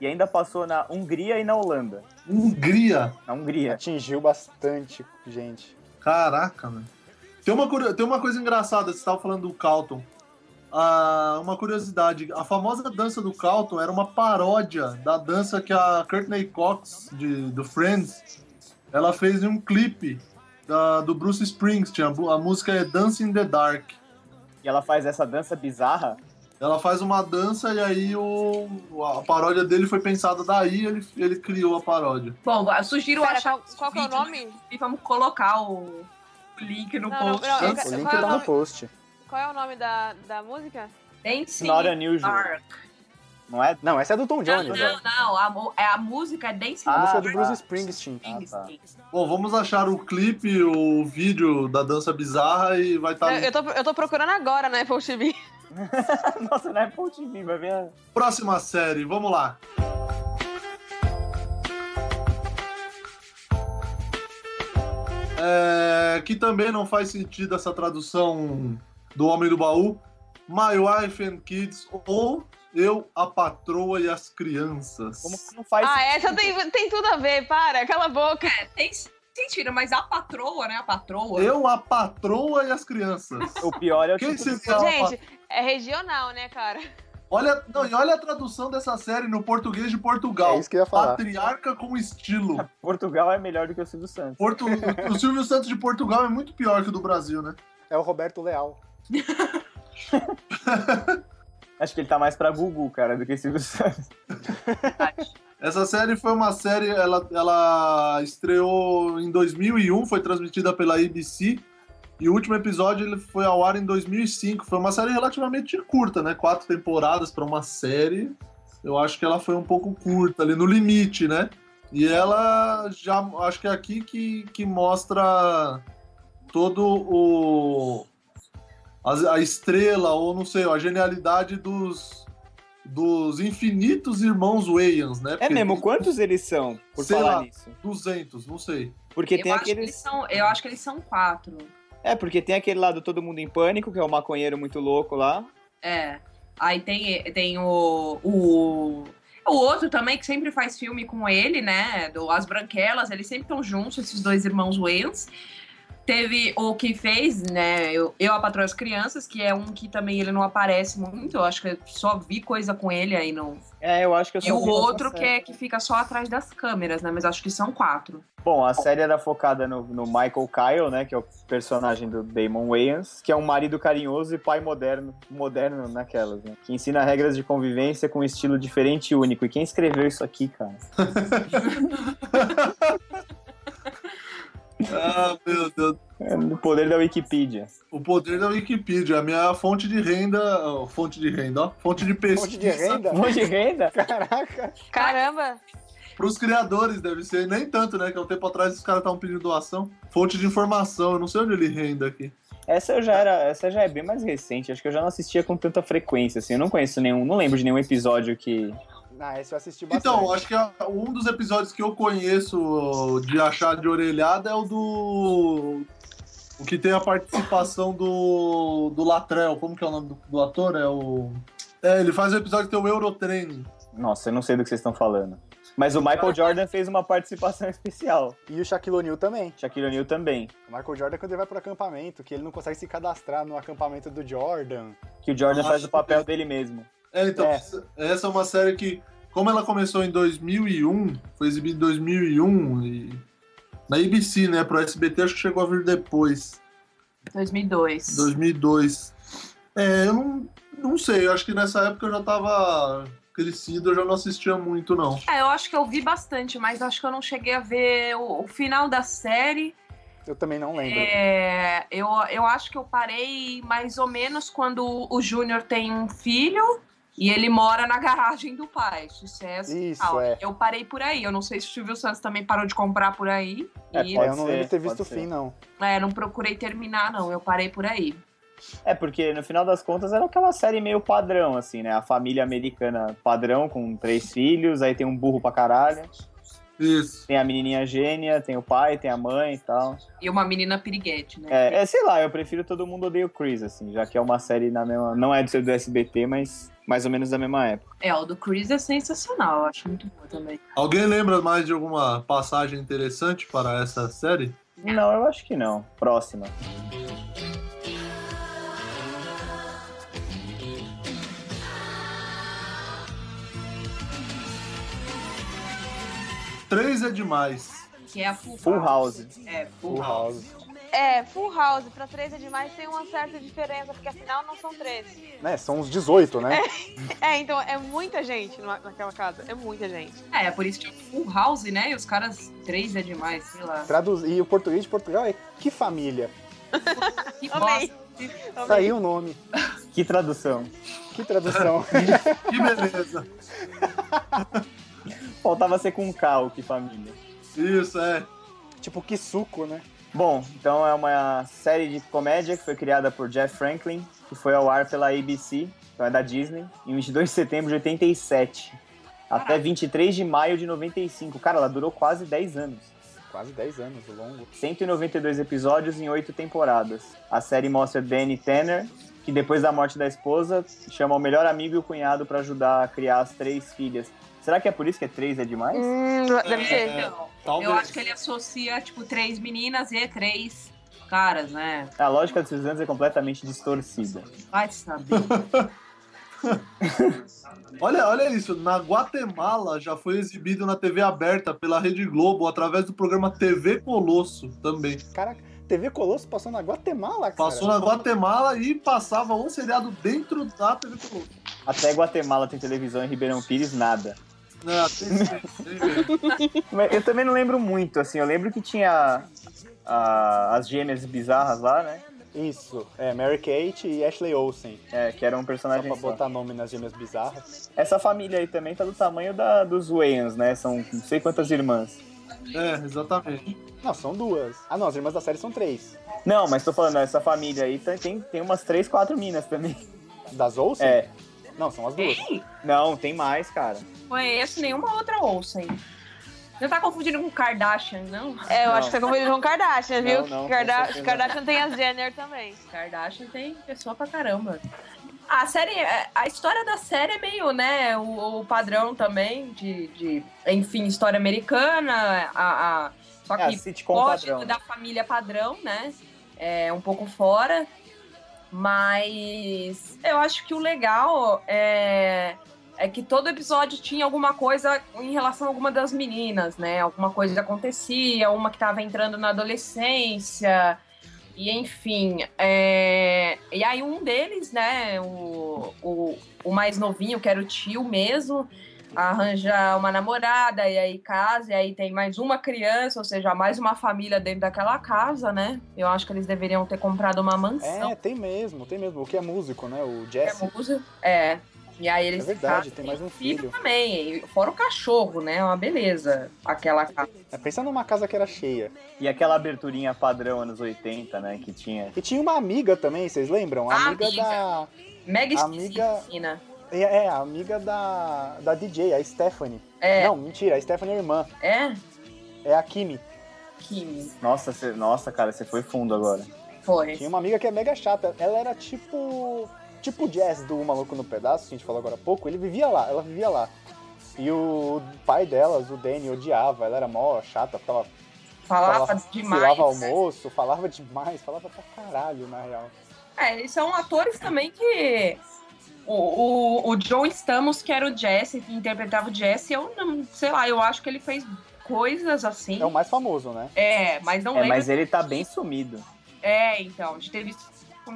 [SPEAKER 3] e ainda passou na Hungria e na Holanda.
[SPEAKER 1] Hungria.
[SPEAKER 3] Na Hungria.
[SPEAKER 2] Atingiu bastante gente.
[SPEAKER 1] Caraca, mano. Tem uma, curio- tem uma coisa engraçada, você estava falando do Calton. Ah, uma curiosidade, a famosa dança do Calton era uma paródia da dança que a Courtney Cox, de, do Friends, ela fez em um clipe da- do Bruce Springsteen. A, bu- a música é Dance in the Dark.
[SPEAKER 3] E ela faz essa dança bizarra.
[SPEAKER 1] Ela faz uma dança e aí o, a paródia dele foi pensada daí ele, ele criou a paródia.
[SPEAKER 5] Bom, eu sugiro
[SPEAKER 4] Pera,
[SPEAKER 5] achar
[SPEAKER 4] qual, qual que é o
[SPEAKER 5] vídeo, né?
[SPEAKER 4] nome?
[SPEAKER 5] E vamos colocar o o link
[SPEAKER 4] Não,
[SPEAKER 5] no
[SPEAKER 4] não,
[SPEAKER 5] post.
[SPEAKER 4] não, eu
[SPEAKER 1] Sim,
[SPEAKER 4] quero-
[SPEAKER 2] O link
[SPEAKER 4] qual, é
[SPEAKER 2] tá
[SPEAKER 4] o
[SPEAKER 2] no
[SPEAKER 4] nome,
[SPEAKER 2] post.
[SPEAKER 4] qual é o nome da, da música?
[SPEAKER 3] It's
[SPEAKER 5] Dancing
[SPEAKER 3] not
[SPEAKER 5] in the
[SPEAKER 3] unusual,
[SPEAKER 5] Dark. Ah,
[SPEAKER 3] não é?
[SPEAKER 2] Não, essa é do Tom
[SPEAKER 5] Não,
[SPEAKER 2] Jones. ó.
[SPEAKER 5] não, não. A, mu- é a música é Dancing
[SPEAKER 2] A
[SPEAKER 3] Ah,
[SPEAKER 2] música é do
[SPEAKER 3] tá. Ah,
[SPEAKER 2] Bruce Springsteen. Ah, tá.
[SPEAKER 5] Springsteen.
[SPEAKER 1] Bom, vamos achar o clipe, o vídeo da dança bizarra e vai tá
[SPEAKER 5] Tá
[SPEAKER 1] estar.
[SPEAKER 4] É, Eu, eu tô, eu tô procurando agora na Apple TV.
[SPEAKER 3] Nossa, na Apple TV, vai ver. a-
[SPEAKER 1] Próxima série, vamos lá. É, que também não faz sentido essa tradução do Homem do Baú. My Wife and Kids ou Eu, a Patroa e as Crianças.
[SPEAKER 3] Como que não faz
[SPEAKER 4] Ah, essa tem, tem tudo a ver, para, cala a boca.
[SPEAKER 5] É, tem sentido, mas a patroa, né? A patroa.
[SPEAKER 1] Eu, a Patroa e as Crianças.
[SPEAKER 3] O pior é o
[SPEAKER 1] Quem
[SPEAKER 3] tipo
[SPEAKER 1] se
[SPEAKER 3] de-
[SPEAKER 1] fala?
[SPEAKER 4] Gente, é regional, né, cara?
[SPEAKER 1] Olha, não, e olha a tradução dessa série no português de Portugal.
[SPEAKER 2] É isso que eu ia falar.
[SPEAKER 1] Patriarca com estilo.
[SPEAKER 3] Portugal é melhor do que o Silvio Santos.
[SPEAKER 1] Porto- o Silvio Santos de Portugal é muito pior que o do Brasil, né?
[SPEAKER 2] É o Roberto Leal.
[SPEAKER 3] Acho que ele tá mais pra Gugu, cara, do que Silvio Santos.
[SPEAKER 1] Essa série foi uma série, ela, ela estreou em 2001, foi transmitida pela ABC, e o último episódio ele foi ao ar em 2005. Foi uma série relativamente curta, né? Quatro temporadas para uma série. Eu acho que ela foi um pouco curta, ali no limite, né? E ela já. Acho que é aqui que, que mostra todo o. A, a estrela, ou não sei, a genialidade dos. Dos infinitos irmãos Wayans, né?
[SPEAKER 3] É
[SPEAKER 1] Porque
[SPEAKER 3] mesmo,
[SPEAKER 1] tem
[SPEAKER 3] quantos eles são, por
[SPEAKER 1] Sei
[SPEAKER 3] falar
[SPEAKER 1] lá.
[SPEAKER 3] nisso?
[SPEAKER 1] 200, não sei.
[SPEAKER 3] Porque
[SPEAKER 5] Eu
[SPEAKER 3] tem
[SPEAKER 5] acho, que eles
[SPEAKER 3] aqueles.
[SPEAKER 5] são, eu acho que eles são quatro.
[SPEAKER 3] É, porque tem aquele lá do Todo Mundo em Pânico, que é o maconheiro muito louco lá.
[SPEAKER 5] É. Aí tem, tem o, o. O outro também, que sempre faz filme com ele, né? Do As Branquelas, eles sempre estão juntos, esses dois irmãos Wayans. Teve o que fez, né? Eu, eu a Patroa e as Crianças, que é um que também ele não aparece muito. Eu acho que eu só vi coisa com ele aí no.
[SPEAKER 3] É, eu acho que eu só
[SPEAKER 5] E o
[SPEAKER 3] vi essa
[SPEAKER 5] outro que,
[SPEAKER 3] série.
[SPEAKER 5] é, que fica só atrás das câmeras, né? Mas acho que são quatro.
[SPEAKER 3] Bom, a série era focada no, no Michael Kyle, né? Que é o personagem do Damon Wayans, que é um marido carinhoso e pai moderno, moderno naquelas, né? Que ensina regras de convivência com um estilo diferente e único. E quem escreveu isso aqui, cara?
[SPEAKER 1] Ah, meu Deus.
[SPEAKER 3] É no poder da Wikipedia.
[SPEAKER 1] O poder da Wikipedia, a minha fonte de renda. ó, fonte de renda, ó. Fonte de pesquisa.
[SPEAKER 2] Fonte de renda?
[SPEAKER 3] Mão de renda?
[SPEAKER 2] Caraca.
[SPEAKER 4] Caramba!
[SPEAKER 1] Pros criadores, deve ser. Nem tanto, né? Que há um tempo atrás os caras estavam pedindo doação. Fonte de informação, eu não sei onde ele renda aqui.
[SPEAKER 3] Essa eu já era, essa já é bem mais recente. Acho que eu já não assistia com tanta frequência, assim. Eu não conheço nenhum, não lembro de nenhum episódio que.
[SPEAKER 2] Ah, esse eu assisti bastante.
[SPEAKER 1] Então, acho que a- um dos episódios que eu conheço de achar de orelhada é o do. O que tem a participação do. do Latrell. Como que é o nome do, do ator? É o. É, ele faz o episódio que tem o Eurotraining.
[SPEAKER 3] Nossa, eu não sei do que vocês estão falando. Mas o Michael Jordan fez uma participação especial.
[SPEAKER 2] E o Shaquille O'Neal também.
[SPEAKER 3] Shaquille O'Neal também.
[SPEAKER 2] O Michael Jordan quando ele vai pro acampamento, que ele não consegue se cadastrar no acampamento do Jordan.
[SPEAKER 3] Que o Jordan
[SPEAKER 1] Nossa,
[SPEAKER 3] faz o papel dele mesmo.
[SPEAKER 1] É, então,
[SPEAKER 2] É.
[SPEAKER 1] essa- essa é uma série que, como ela começou em 2001, foi exibida em 2001 e na ABC, né, pro SBT, acho que chegou a vir depois,
[SPEAKER 5] 2002.
[SPEAKER 1] 2002. É, eu não, não sei, eu acho que nessa época eu já tava crescido, eu já não assistia muito, não.
[SPEAKER 5] É, eu acho que eu vi bastante, mas acho que eu não cheguei a ver o, o final da série.
[SPEAKER 2] Eu também não lembro.
[SPEAKER 5] É, eu, eu acho que eu parei mais ou menos quando o Júnior tem um filho e ele mora na garagem do pai. Sucesso. e
[SPEAKER 2] Isso,
[SPEAKER 5] tal.
[SPEAKER 2] é.
[SPEAKER 5] Eu parei por aí. Eu não sei se o Silvio Santos também parou de comprar por aí.
[SPEAKER 3] É,
[SPEAKER 5] E,
[SPEAKER 3] pode
[SPEAKER 2] eu não
[SPEAKER 3] ser,
[SPEAKER 2] lembro de ter
[SPEAKER 3] pode
[SPEAKER 2] visto o
[SPEAKER 3] ser.
[SPEAKER 2] fim, não.
[SPEAKER 5] é, não procurei terminar, não. Eu parei por aí.
[SPEAKER 3] É, porque no final das contas era aquela série meio padrão, assim, né? A família americana padrão, com três filhos, aí tem um burro pra caralho,
[SPEAKER 1] Isso.
[SPEAKER 3] tem a menininha gênia, tem o pai, tem a mãe e tal.
[SPEAKER 5] E uma menina piriguete, né?
[SPEAKER 3] É, é, sei lá, eu prefiro Todo Mundo Odeia o Chris, assim, já que é uma série na mesma... Não é do seu do SBT, mas mais ou menos da mesma época.
[SPEAKER 5] É, o do Chris é sensacional. eu Acho muito boa também.
[SPEAKER 1] Alguém lembra mais de alguma passagem interessante para essa série?
[SPEAKER 3] Não, eu acho que não. Próxima.
[SPEAKER 1] Três é demais.
[SPEAKER 5] Que é a Full,
[SPEAKER 3] Full House.
[SPEAKER 5] É, Full
[SPEAKER 2] Full
[SPEAKER 5] House.
[SPEAKER 2] House.
[SPEAKER 4] É, Full House pra três é demais tem uma certa diferença, porque afinal não são três.
[SPEAKER 2] Né, são uns 18, né?
[SPEAKER 4] É, então é muita gente numa- naquela casa. É muita gente.
[SPEAKER 5] É, por isso que é Full House, né? E os caras, três é demais, sei lá.
[SPEAKER 2] Traduz... E o português de Portugal é que família.
[SPEAKER 5] Que
[SPEAKER 4] Amei.
[SPEAKER 5] bosta.
[SPEAKER 2] Tá aí o nome.
[SPEAKER 3] Que tradução.
[SPEAKER 2] Que tradução.
[SPEAKER 1] Que beleza.
[SPEAKER 3] Faltava ser com K, o que família.
[SPEAKER 1] Isso, é.
[SPEAKER 2] tipo, que suco, né?
[SPEAKER 3] Bom, então é uma série de comédia que foi criada por Jeff Franklin, que foi ao ar pela ABC, então é da Disney, em 22 de setembro de 87, até 23 de maio de 95. Cara, ela durou quase 10 anos.
[SPEAKER 2] Quase 10 anos, longo.
[SPEAKER 3] 192 episódios em 8 temporadas. A série mostra Danny Tanner, que depois da morte da esposa, chama o melhor amigo e o cunhado pra ajudar a criar as três filhas. Será que é por isso que é três é demais?
[SPEAKER 4] Hum, deve ser.
[SPEAKER 5] Então,
[SPEAKER 1] Talvez.
[SPEAKER 5] eu acho que ele associa, tipo, três meninas e três caras, né?
[SPEAKER 3] A lógica dos anos é completamente distorcida.
[SPEAKER 5] Vai saber.
[SPEAKER 1] Olha, olha isso, na Guatemala já foi exibido na TV aberta pela Rede Globo através do programa TV Colosso também.
[SPEAKER 2] Caraca, TV Colosso passou na Guatemala, cara.
[SPEAKER 1] Passou na Guatemala e passava um seriado dentro da TV Colosso.
[SPEAKER 3] Até Guatemala tem televisão em Ribeirão Pires, nada.
[SPEAKER 1] É, tem- tem- tem-
[SPEAKER 3] Mas Eu também não lembro muito, assim. Eu lembro que tinha a- as gêmeas bizarras lá, né?
[SPEAKER 2] Isso. É, Mary Kate e Ashley Olsen.
[SPEAKER 3] É, que eram
[SPEAKER 2] Só
[SPEAKER 3] personagens.
[SPEAKER 2] pra
[SPEAKER 3] só.
[SPEAKER 2] botar nome nas gêmeas bizarras.
[SPEAKER 3] Essa família aí também tá do tamanho da, dos Wayans, né? São não sei quantas irmãs.
[SPEAKER 1] é, exatamente.
[SPEAKER 2] Não, são duas. Ah, não, as irmãs da série são três.
[SPEAKER 3] Não, mas tô falando, essa família aí tá- tem, tem umas três, quatro minas também.
[SPEAKER 2] Das Olsen?
[SPEAKER 3] É.
[SPEAKER 2] Não, são as duas.
[SPEAKER 5] Ei,
[SPEAKER 3] Não, tem mais, cara.
[SPEAKER 5] conheço nenhuma outra onça, hein? Não tá confundindo com Kardashian, não?
[SPEAKER 4] É, eu
[SPEAKER 3] Não.
[SPEAKER 4] acho que tá confundindo com Kardashian, viu?
[SPEAKER 3] Não, não, com
[SPEAKER 4] Karda-
[SPEAKER 3] certeza.
[SPEAKER 4] Kardashian tem as Jenner também.
[SPEAKER 5] Kardashian tem pessoa pra caramba. A série, é- a história da série é meio, né, o, o padrão também de, de, enfim, história americana, a, a- só
[SPEAKER 3] É,
[SPEAKER 5] que
[SPEAKER 3] sitcom
[SPEAKER 5] foge
[SPEAKER 3] padrão.
[SPEAKER 5] da família padrão, né, é um pouco fora, mas eu acho que o legal é, é que todo episódio tinha alguma coisa em relação a alguma das meninas, né, alguma coisa acontecia, uma que tava entrando na adolescência, e enfim, é, e aí um deles, né, o, o, o mais novinho, que era o tio mesmo, arranja uma namorada e aí casa, e aí tem mais uma criança, ou seja, mais uma família dentro daquela casa, né? Eu acho que eles deveriam ter comprado uma mansão.
[SPEAKER 2] É, tem mesmo, tem mesmo. O que é músico, né? O
[SPEAKER 5] É,
[SPEAKER 2] Jesse.
[SPEAKER 5] é. E aí
[SPEAKER 2] É
[SPEAKER 5] eles
[SPEAKER 2] verdade,
[SPEAKER 5] casam,
[SPEAKER 2] tem mais um filho.
[SPEAKER 5] também, e fora o cachorro, né? Uma beleza, aquela casa.
[SPEAKER 2] É, pensa numa casa que era cheia.
[SPEAKER 3] E aquela aberturinha padrão anos 80, né? Que tinha.
[SPEAKER 2] E tinha uma amiga também, vocês lembram? A amiga
[SPEAKER 5] Amiga.
[SPEAKER 2] da.
[SPEAKER 5] Mega
[SPEAKER 2] Amiga-
[SPEAKER 5] esquisita. né?
[SPEAKER 2] É, é, a amiga da. da DJ, a Stephanie.
[SPEAKER 5] É,
[SPEAKER 2] Não, mentira, a Stephanie é irmã.
[SPEAKER 5] é?
[SPEAKER 2] É a Kimi.
[SPEAKER 5] Que
[SPEAKER 3] Nossa, cê- nossa, cara, você foi fundo agora.
[SPEAKER 5] foi.
[SPEAKER 2] Tinha uma amiga que é mega chata. Ela era tipo. Tipo o Jazz do Maluco no Pedaço, que a gente falou agora há pouco. Ele vivia lá, ela vivia lá. E o pai delas, o Danny, odiava. Ela era mó chata, ficava
[SPEAKER 5] Falava,
[SPEAKER 2] falava-
[SPEAKER 5] demais. né?
[SPEAKER 2] Filava almoço, falava demais, falava pra caralho, na real.
[SPEAKER 5] É, e são atores também que. O, o, o John Stamos, que era o Jesse, que interpretava o Jesse, eu não sei lá, eu acho que ele fez coisas assim.
[SPEAKER 2] É o mais famoso, né?
[SPEAKER 5] É, mas não
[SPEAKER 3] É,
[SPEAKER 5] lembro.
[SPEAKER 3] mas ele tá bem sumido.
[SPEAKER 5] É, então, de ter visto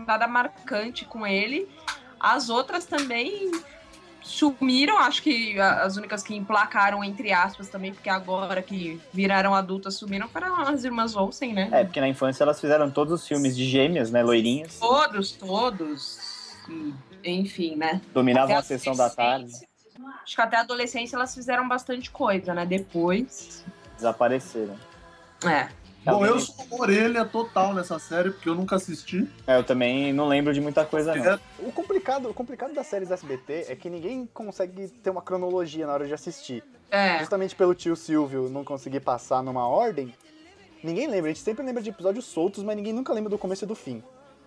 [SPEAKER 5] nada marcante com ele. As outras também sumiram, acho que a- as únicas que emplacaram, entre aspas, também, porque agora que viraram adultas sumiram, foram as irmãs Olsen, né?
[SPEAKER 3] É, porque na infância elas fizeram todos os filmes de gêmeas, né? Loirinhas.
[SPEAKER 5] Todos, todos. E, Enfim, né?
[SPEAKER 3] Dominavam
[SPEAKER 5] Até
[SPEAKER 3] a sessão da tarde,
[SPEAKER 5] adolescência. Acho que até a adolescência elas fizeram bastante coisa, né? Depois.
[SPEAKER 3] desapareceram.
[SPEAKER 5] É.
[SPEAKER 1] Bom, eu
[SPEAKER 3] Talvez-
[SPEAKER 1] sou orelha total nessa série, porque eu nunca assisti.
[SPEAKER 3] É, eu também não lembro de muita coisa, não.
[SPEAKER 2] O complicado, o complicado das séries SBT é que ninguém consegue ter uma cronologia na hora de assistir.
[SPEAKER 5] É.
[SPEAKER 2] Justamente pelo tio Silvio não conseguir passar numa ordem, ninguém lembra. A gente sempre lembra de episódios soltos, mas ninguém nunca lembra do começo e do fim.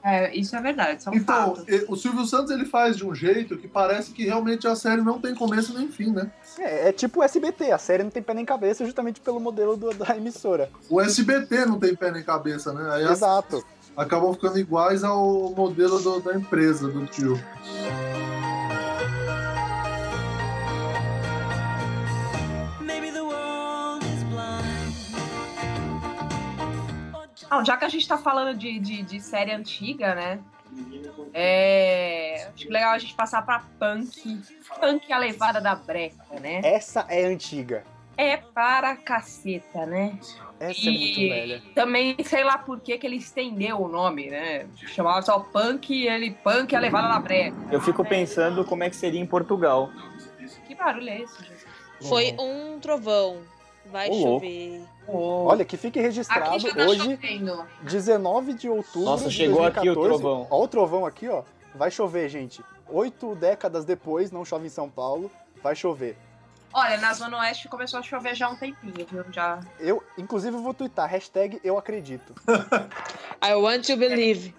[SPEAKER 5] é, isso é verdade, são
[SPEAKER 1] Então,
[SPEAKER 5] fatos.
[SPEAKER 1] e- o Silvio Santos ele faz de um jeito que parece que realmente a série não tem começo nem fim, né?
[SPEAKER 2] É, é tipo o SBT, a série não tem pé nem cabeça justamente pelo modelo do- da emissora.
[SPEAKER 1] O SBT não tem pé nem cabeça, né? Aí as-
[SPEAKER 2] Exato.
[SPEAKER 1] acabam ficando iguais ao modelo do- da empresa, do tio.
[SPEAKER 7] Maybe the world is blind.
[SPEAKER 5] Não, já que a gente tá falando de, de, de série antiga, né? É. Acho legal a gente passar pra punk. Punk é a levada da breca, né?
[SPEAKER 2] Essa é antiga.
[SPEAKER 5] É para caceta, né?
[SPEAKER 2] Essa é muito
[SPEAKER 5] E-
[SPEAKER 2] velha.
[SPEAKER 5] Também sei lá por que, que ele estendeu o nome, né? Chamava só punk e ele punk é a levada da breca.
[SPEAKER 3] Eu fico pensando como é que seria em Portugal.
[SPEAKER 5] Que barulho é esse, gente?
[SPEAKER 8] Foi um trovão. Vai
[SPEAKER 3] Ô, louco.
[SPEAKER 8] chover.
[SPEAKER 2] Olha, que fique registrado
[SPEAKER 5] Aqui já tá
[SPEAKER 2] hoje.
[SPEAKER 5] chovendo.
[SPEAKER 2] 19 de outubro
[SPEAKER 3] Nossa,
[SPEAKER 2] de
[SPEAKER 3] chegou aqui
[SPEAKER 2] 2014.
[SPEAKER 3] o trovão.
[SPEAKER 2] Ó o trovão aqui, ó. Vai chover, gente. Oito décadas depois, não chove em São Paulo, vai chover.
[SPEAKER 5] Olha, na Zona Oeste começou a chover já há um tempinho, viu? Já.
[SPEAKER 2] Eu, inclusive, vou twittar, hashtag eu acredito.
[SPEAKER 8] I want to believe.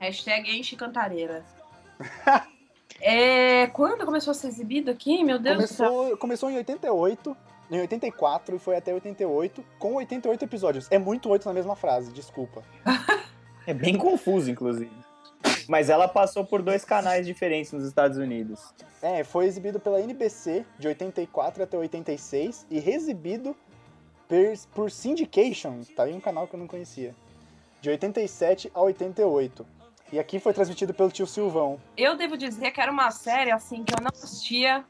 [SPEAKER 5] Hashtag enche cantareira. é, quando começou a ser exibido aqui, meu Deus do céu.
[SPEAKER 2] Começou, começou em 88, em 84 e foi até 88, com 88 episódios. É muito oito na mesma frase, desculpa.
[SPEAKER 3] É bem confuso, inclusive. Mas ela passou por dois canais diferentes nos Estados Unidos.
[SPEAKER 2] É, foi exibido pela NBC de 84 até 86 e reexibido per- por Syndication, tá aí um canal que eu não conhecia, de 87 a 88. E aqui foi transmitido pelo tio Silvão.
[SPEAKER 5] Eu devo dizer que era uma série assim que eu não assistia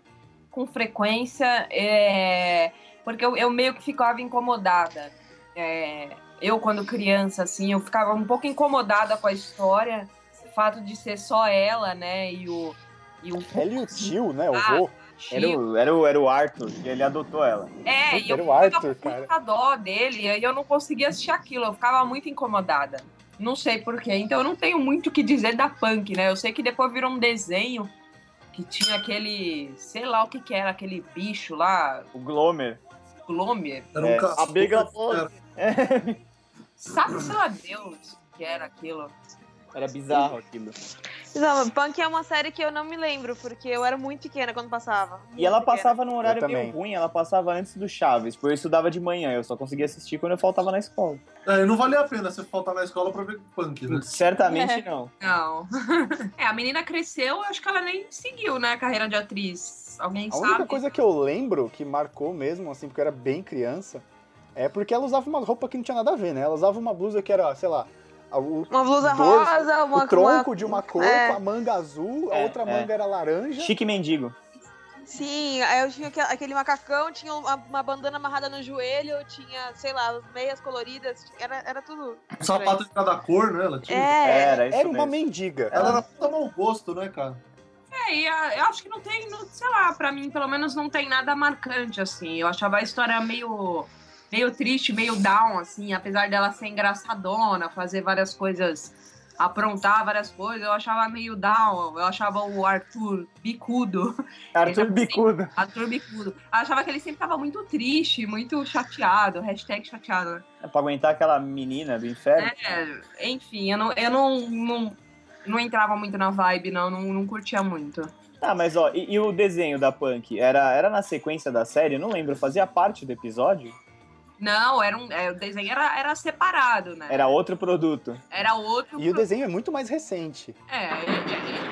[SPEAKER 5] com frequência, é, porque eu, eu meio que ficava incomodada. É, eu, quando criança, assim, eu ficava um pouco incomodada com a história, o fato de ser só ela, né? E o. E o
[SPEAKER 2] Ela e o tio, né, o
[SPEAKER 5] Ah,
[SPEAKER 2] vô,
[SPEAKER 3] Era o, era o, era o Arthur, e ele adotou ela.
[SPEAKER 5] É, e eu
[SPEAKER 2] Era o
[SPEAKER 5] ficava
[SPEAKER 2] Arthur,
[SPEAKER 5] com
[SPEAKER 2] cara.
[SPEAKER 5] muita dó dele e eu não conseguia assistir aquilo, eu ficava muito incomodada. Não sei porquê. Então eu não tenho muito o que dizer da punk, né? Eu sei que depois virou um desenho que tinha aquele. sei lá o que, que era, aquele bicho lá,
[SPEAKER 3] O Glomer.
[SPEAKER 5] Glomer.
[SPEAKER 1] Era um
[SPEAKER 3] É,
[SPEAKER 1] castor.
[SPEAKER 3] a Big Apple.
[SPEAKER 5] Sabe, sei lá, Deus o que era aquilo.
[SPEAKER 3] Era bizarro aquilo.
[SPEAKER 4] Não, Punk é uma série que eu não me lembro, porque eu era muito pequena quando passava.
[SPEAKER 3] E ela
[SPEAKER 4] Muito pequena.
[SPEAKER 3] passava num horário
[SPEAKER 2] Eu
[SPEAKER 3] meio
[SPEAKER 2] também.
[SPEAKER 3] ruim, ela passava antes do Chaves, porque eu estudava de manhã, eu só conseguia assistir quando eu faltava na escola.
[SPEAKER 1] É, não valia a pena você faltar na escola pra ver punk, né?
[SPEAKER 3] Certamente não.
[SPEAKER 5] Não. é, a menina cresceu, acho que ela nem seguiu, né, a carreira de atriz. Alguém
[SPEAKER 2] A
[SPEAKER 5] sabe?
[SPEAKER 2] única coisa que eu lembro que marcou mesmo, assim, porque eu era bem criança, é porque ela usava uma roupa que não tinha nada a ver, né? Ela usava uma blusa que era, sei lá, a- o,
[SPEAKER 4] Uma blusa
[SPEAKER 2] Dois-
[SPEAKER 4] rosa, uma
[SPEAKER 2] o tronco de uma cor,
[SPEAKER 4] é.
[SPEAKER 2] com a manga azul, a
[SPEAKER 3] É,
[SPEAKER 2] outra
[SPEAKER 3] é.
[SPEAKER 2] manga era laranja.
[SPEAKER 3] Chique Mendigo.
[SPEAKER 4] Sim, aí eu tinha aquela- aquele macacão, tinha uma, uma bandana amarrada no joelho, eu tinha, sei lá, meias coloridas, era, era tudo.
[SPEAKER 1] Um sapato de cada cor, né? Ela, tinha...
[SPEAKER 4] É,
[SPEAKER 3] Era isso
[SPEAKER 2] Era uma
[SPEAKER 3] mesmo.
[SPEAKER 2] mendiga.
[SPEAKER 1] ela era puta mau gosto, né, cara?
[SPEAKER 5] É, e a- eu acho que não tem, não- sei lá, pra mim, pelo menos não tem nada marcante, assim. Eu achava a história meio, meio triste, meio down, assim, apesar dela ser engraçadona, fazer várias coisas, aprontar várias coisas, eu achava meio down. Eu achava o Arthur bicudo,
[SPEAKER 3] Arthur Bicudo.
[SPEAKER 5] Arthur bicudo. Eu achava que ele sempre tava muito triste, muito chateado, hashtag chateado, né?
[SPEAKER 3] É Pra aguentar aquela menina do inferno.
[SPEAKER 5] É, enfim, eu não, eu não, não, não entrava muito na vibe, não, não, não curtia muito.
[SPEAKER 3] Ah, mas ó, e, e o desenho da Punk? Era, era na sequência da série? Eu não lembro, fazia parte do episódio?
[SPEAKER 5] Não, era um, é, o desenho era, era separado, né?
[SPEAKER 3] Era outro produto.
[SPEAKER 5] Era outro.
[SPEAKER 2] E o
[SPEAKER 5] pro-
[SPEAKER 2] desenho é muito mais recente.
[SPEAKER 5] É,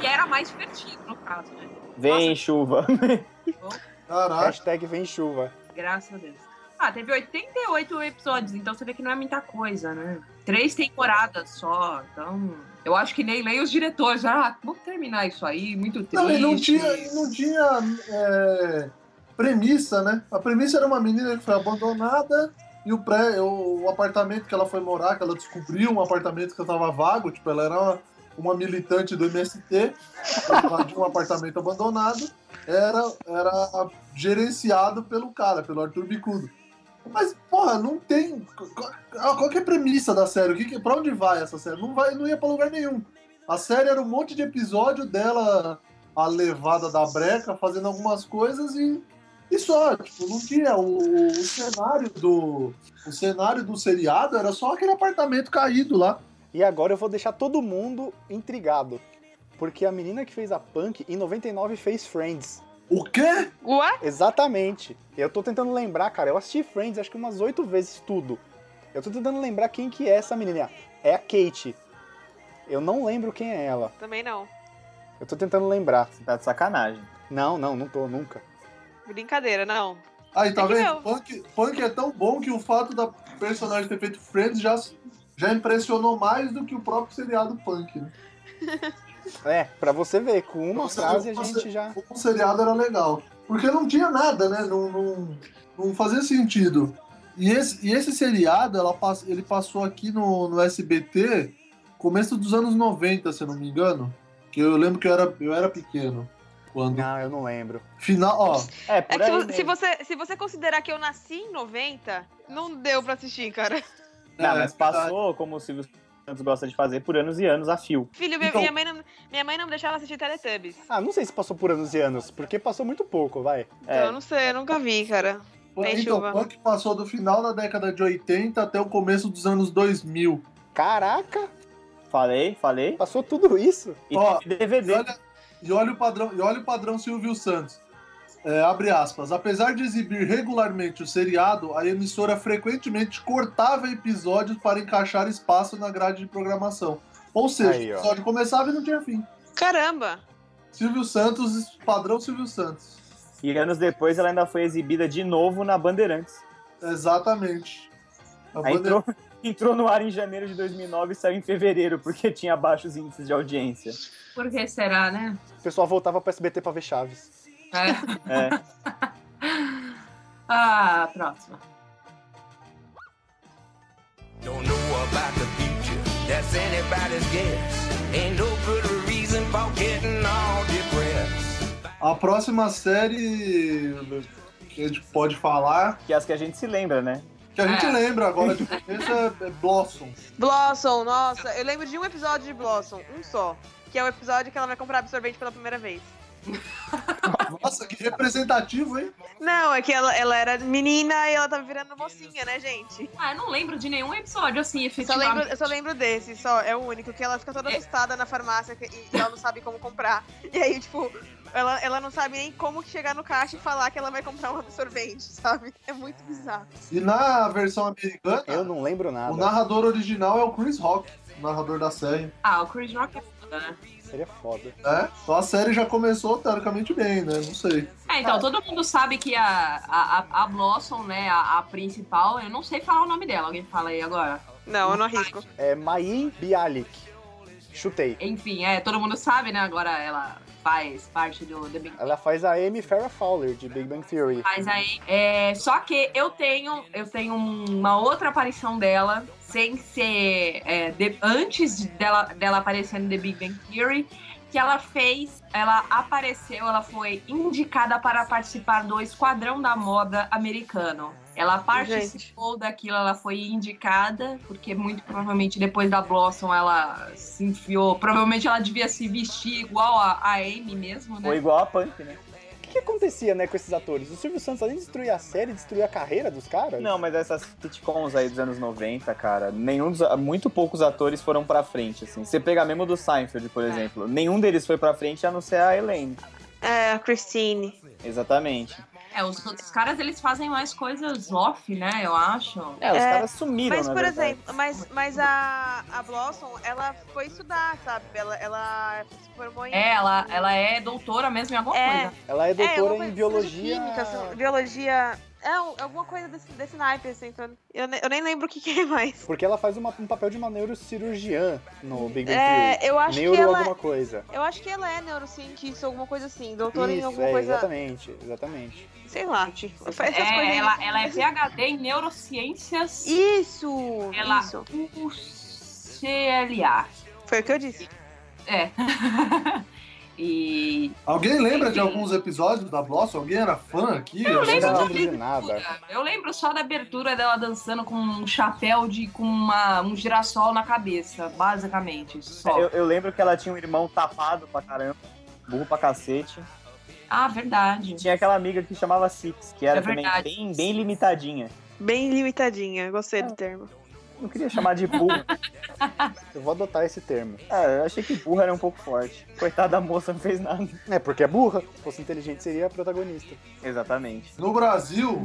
[SPEAKER 5] e- e era mais divertido, no caso, né?
[SPEAKER 3] Vem,
[SPEAKER 5] Nossa.
[SPEAKER 3] chuva.
[SPEAKER 1] Caraca.
[SPEAKER 2] Hashtag vem chuva.
[SPEAKER 5] Graças a Deus. Ah, teve 88 episódios, então você vê que não é muita coisa, né? Três temporadas só, então. Eu acho que nem, nem os diretores. Ah, vamos terminar isso aí, muito triste.
[SPEAKER 1] Não, e não tinha, e não tinha é, premissa, né? A premissa era uma menina que foi abandonada e o, pré, o, o apartamento que ela foi morar, que ela descobriu um apartamento que estava vago, tipo, ela era uma, uma militante do MST, ela tinha um apartamento abandonado, era, era gerenciado pelo cara, pelo Arthur Bicudo. Mas, porra, não tem. Qual, qual que é a premissa da série? O que, que- pra onde vai essa série? Não, vai, não ia pra lugar nenhum. A série era um monte de episódio dela a levada da breca, fazendo algumas coisas e, e só. Tipo, não tinha o, o cenário do o cenário do seriado era só aquele apartamento caído lá.
[SPEAKER 2] E agora eu vou deixar todo mundo intrigado. Porque a menina que fez a punk em 99 fez Friends.
[SPEAKER 1] O quê?
[SPEAKER 8] Ué?
[SPEAKER 2] Exatamente. Eu tô tentando lembrar, cara. Eu assisti Friends acho que umas oito vezes tudo. Eu tô tentando lembrar quem que é essa menina. É a Kate. Eu não lembro quem é ela.
[SPEAKER 4] também não.
[SPEAKER 2] Eu tô tentando lembrar.
[SPEAKER 3] Você tá de sacanagem.
[SPEAKER 2] Não, não, não tô nunca.
[SPEAKER 4] Brincadeira, não.
[SPEAKER 1] Aí, tá
[SPEAKER 4] É que
[SPEAKER 1] vendo?
[SPEAKER 4] não.
[SPEAKER 1] Punk, Punk é tão bom que o fato da personagem ter feito Friends já, já impressionou mais do que o próprio seriado Punk. Né?
[SPEAKER 2] É, pra você ver, com uma
[SPEAKER 1] Nossa,
[SPEAKER 2] frase a
[SPEAKER 1] nossa.
[SPEAKER 2] gente já.
[SPEAKER 1] Como o seriado era legal. Porque não tinha nada, né? Não, não, não fazia sentido. E esse, e esse seriado, ela pass- ele passou aqui no, no SBT, começo dos anos 90, se eu não me engano. Que eu lembro que eu era, eu era pequeno. Quando.
[SPEAKER 2] Não, Ah, eu não lembro.
[SPEAKER 1] Final, ó.
[SPEAKER 3] É,
[SPEAKER 4] É
[SPEAKER 3] por
[SPEAKER 4] que se
[SPEAKER 3] aí
[SPEAKER 4] você, se,
[SPEAKER 3] mesmo.
[SPEAKER 4] você, se você considerar que eu nasci em 90, não deu pra assistir, cara.
[SPEAKER 3] Não, Tá, mas
[SPEAKER 1] é,
[SPEAKER 3] passou, como o Silvio Santos gosta de fazer, por anos e anos a fio.
[SPEAKER 4] Filho, minha-
[SPEAKER 1] Então-
[SPEAKER 4] minha, mãe não, minha mãe não me deixava assistir Teletubbies.
[SPEAKER 3] É.
[SPEAKER 2] Ah, não sei se passou por anos e anos, porque passou muito pouco, vai.
[SPEAKER 4] Então
[SPEAKER 3] É.
[SPEAKER 4] eu não sei, eu nunca vi, cara.
[SPEAKER 1] Punk,
[SPEAKER 4] Bem,
[SPEAKER 1] então,
[SPEAKER 4] chuva.
[SPEAKER 1] Punk passou do final da década de 80 até o começo dos anos 2000.
[SPEAKER 2] Caraca,
[SPEAKER 3] Falei, falei.
[SPEAKER 2] passou tudo isso?
[SPEAKER 3] E
[SPEAKER 1] Ó,
[SPEAKER 3] teve DVD.
[SPEAKER 1] E olha, e olha o padrão, e olha o padrão Silvio Santos. É, abre aspas. Apesar de exibir regularmente o seriado, a emissora frequentemente cortava episódios para encaixar espaço na grade de programação. Ou seja,
[SPEAKER 2] Aí,
[SPEAKER 1] o
[SPEAKER 2] ó.
[SPEAKER 1] episódio começava e não tinha fim.
[SPEAKER 4] Caramba!
[SPEAKER 1] Silvio Santos, padrão Silvio Santos.
[SPEAKER 3] E anos depois ela ainda foi exibida de novo na Bandeirantes.
[SPEAKER 1] Exatamente. A
[SPEAKER 3] Aí
[SPEAKER 1] banda-
[SPEAKER 3] entrou, entrou no ar em janeiro de 2009 e saiu em fevereiro, porque tinha baixos índices de audiência.
[SPEAKER 5] Por que será, né?
[SPEAKER 2] O pessoal voltava pro SBT pra ver Chaves.
[SPEAKER 5] É.
[SPEAKER 3] É.
[SPEAKER 5] Ah, próxima.
[SPEAKER 7] Don't know about the future, that's anybody's guess. Ain't no good reason for getting all depressed.
[SPEAKER 1] A próxima série que a gente pode falar,
[SPEAKER 3] Que é as que a gente se lembra, né?
[SPEAKER 1] que a gente
[SPEAKER 5] É.
[SPEAKER 1] lembra agora de começo, é é Blossom.
[SPEAKER 4] Blossom, nossa, eu lembro de um episódio de Blossom, um só. Que é o episódio que ela vai comprar absorvente pela primeira vez.
[SPEAKER 1] Nossa, que representativo, hein?
[SPEAKER 4] Não, é que ela, ela era menina e ela tava virando mocinha, né, gente?
[SPEAKER 5] Ah, eu não lembro de nenhum episódio assim,
[SPEAKER 4] Eu só
[SPEAKER 5] efetivamente.
[SPEAKER 4] lembro, eu só lembro desse, só, é o único, que ela fica toda assustada na farmácia que- e, e ela não sabe como comprar. E aí, tipo, ela, ela não sabe nem como chegar no caixa e falar que ela vai comprar um absorvente, sabe? É muito bizarro.
[SPEAKER 1] E na versão americana,
[SPEAKER 2] Eu não lembro
[SPEAKER 1] o
[SPEAKER 2] nada.
[SPEAKER 1] narrador original é o Chris Rock, o narrador da série.
[SPEAKER 5] Ah, o Chris Rock é foda, né?
[SPEAKER 2] Seria foda.
[SPEAKER 1] Né? Então a série já começou teoricamente bem, né? Não sei.
[SPEAKER 5] É, então, todo mundo sabe que a, a, a- a Blossom, né, a, a principal, eu não sei falar o nome dela, alguém fala aí agora.
[SPEAKER 4] Não, eu não arrisco.
[SPEAKER 2] É Maim Bialik. Chutei.
[SPEAKER 5] Enfim, é, todo mundo sabe, né, agora ela faz parte do The Big
[SPEAKER 2] Ela faz a Amy Farrah Fowler de Big Bang Theory.
[SPEAKER 5] Mas aí, é, só que eu tenho, eu tenho uma outra aparição dela, sem ser é, de- antes dela, dela aparecer no The Big Bang Theory, que ela fez, ela apareceu, ela foi indicada para participar do Esquadrão da Moda americano. Ela participou daquilo, ela foi indicada, porque muito provavelmente depois da Blossom ela se enfiou. Provavelmente ela devia se vestir igual a, a Amy mesmo, né?
[SPEAKER 3] Ou igual a Punk, né?
[SPEAKER 2] O que, que acontecia, né, com esses atores? O Silvio Santos, além de destruir a série, destruiu a carreira dos caras?
[SPEAKER 3] Não, mas essas sitcoms aí dos anos 90, cara, nenhum dos, muito poucos atores foram pra frente, assim. Você pega mesmo do Seinfeld, por exemplo, nenhum deles foi pra frente a não ser a Elaine.
[SPEAKER 4] É, Christine.
[SPEAKER 3] Exatamente.
[SPEAKER 5] É, os outros caras eles fazem mais coisas off, né? Eu acho.
[SPEAKER 3] É, os
[SPEAKER 4] É,
[SPEAKER 3] caras sumiram,
[SPEAKER 4] Mas,
[SPEAKER 3] na
[SPEAKER 4] por
[SPEAKER 3] verdade.
[SPEAKER 4] exemplo, mas, mas a, a Blossom, ela foi estudar, sabe? Ela, ela se formou em.
[SPEAKER 5] É, Ela, ela é doutora mesmo em alguma
[SPEAKER 4] É.
[SPEAKER 5] coisa.
[SPEAKER 2] Ela é
[SPEAKER 4] É, alguma
[SPEAKER 2] doutora
[SPEAKER 4] coisa
[SPEAKER 2] em
[SPEAKER 4] de
[SPEAKER 2] biologia.
[SPEAKER 4] Química, assim, biologia. É, alguma coisa desse, desse naipe, assim. Então, eu, ne- eu nem lembro o que, que é mais.
[SPEAKER 2] Porque ela faz uma- um papel de uma neurocirurgiã no Big Bang Theory.
[SPEAKER 4] É, eu acho
[SPEAKER 2] Neuro
[SPEAKER 4] que ela.
[SPEAKER 2] alguma coisa.
[SPEAKER 4] Eu acho que ela é neurocientista, alguma coisa assim. Doutora em
[SPEAKER 2] Isso,
[SPEAKER 4] alguma
[SPEAKER 2] é,
[SPEAKER 4] coisa.
[SPEAKER 2] exatamente, exatamente.
[SPEAKER 4] Sei lá. tipo, Faz essas coisas
[SPEAKER 5] É,
[SPEAKER 4] aí.
[SPEAKER 5] ela, ela é PhD em neurociências
[SPEAKER 4] Isso!
[SPEAKER 5] Ela-
[SPEAKER 4] Isso.
[SPEAKER 5] por CLA.
[SPEAKER 4] Foi o que eu disse.
[SPEAKER 5] É. e
[SPEAKER 1] Alguém lembra de alguns episódios da Blossom? Alguém era fã aqui? Eu
[SPEAKER 5] lembro
[SPEAKER 2] não
[SPEAKER 5] de
[SPEAKER 2] lembro de nada.
[SPEAKER 5] eu lembro só da abertura dela dançando com um chapéu de com uma, um girassol na cabeça, basicamente. Só.
[SPEAKER 3] É, Eu, eu lembro que ela tinha um irmão tapado pra caramba, burro pra cacete.
[SPEAKER 5] Ah, verdade.
[SPEAKER 3] Tinha aquela amiga que chamava Six, que era
[SPEAKER 5] É
[SPEAKER 3] também
[SPEAKER 5] verdade.
[SPEAKER 3] bem, bem limitadinha.
[SPEAKER 4] Bem limitadinha. Gostei do termo.
[SPEAKER 3] Não queria chamar de burro.
[SPEAKER 2] Eu vou adotar esse termo.
[SPEAKER 3] é, eu achei que burro era um pouco forte. Coitada da moça, não fez nada.
[SPEAKER 2] É, porque é burra. Se fosse inteligente, seria a protagonista.
[SPEAKER 3] Exatamente.
[SPEAKER 1] No Brasil,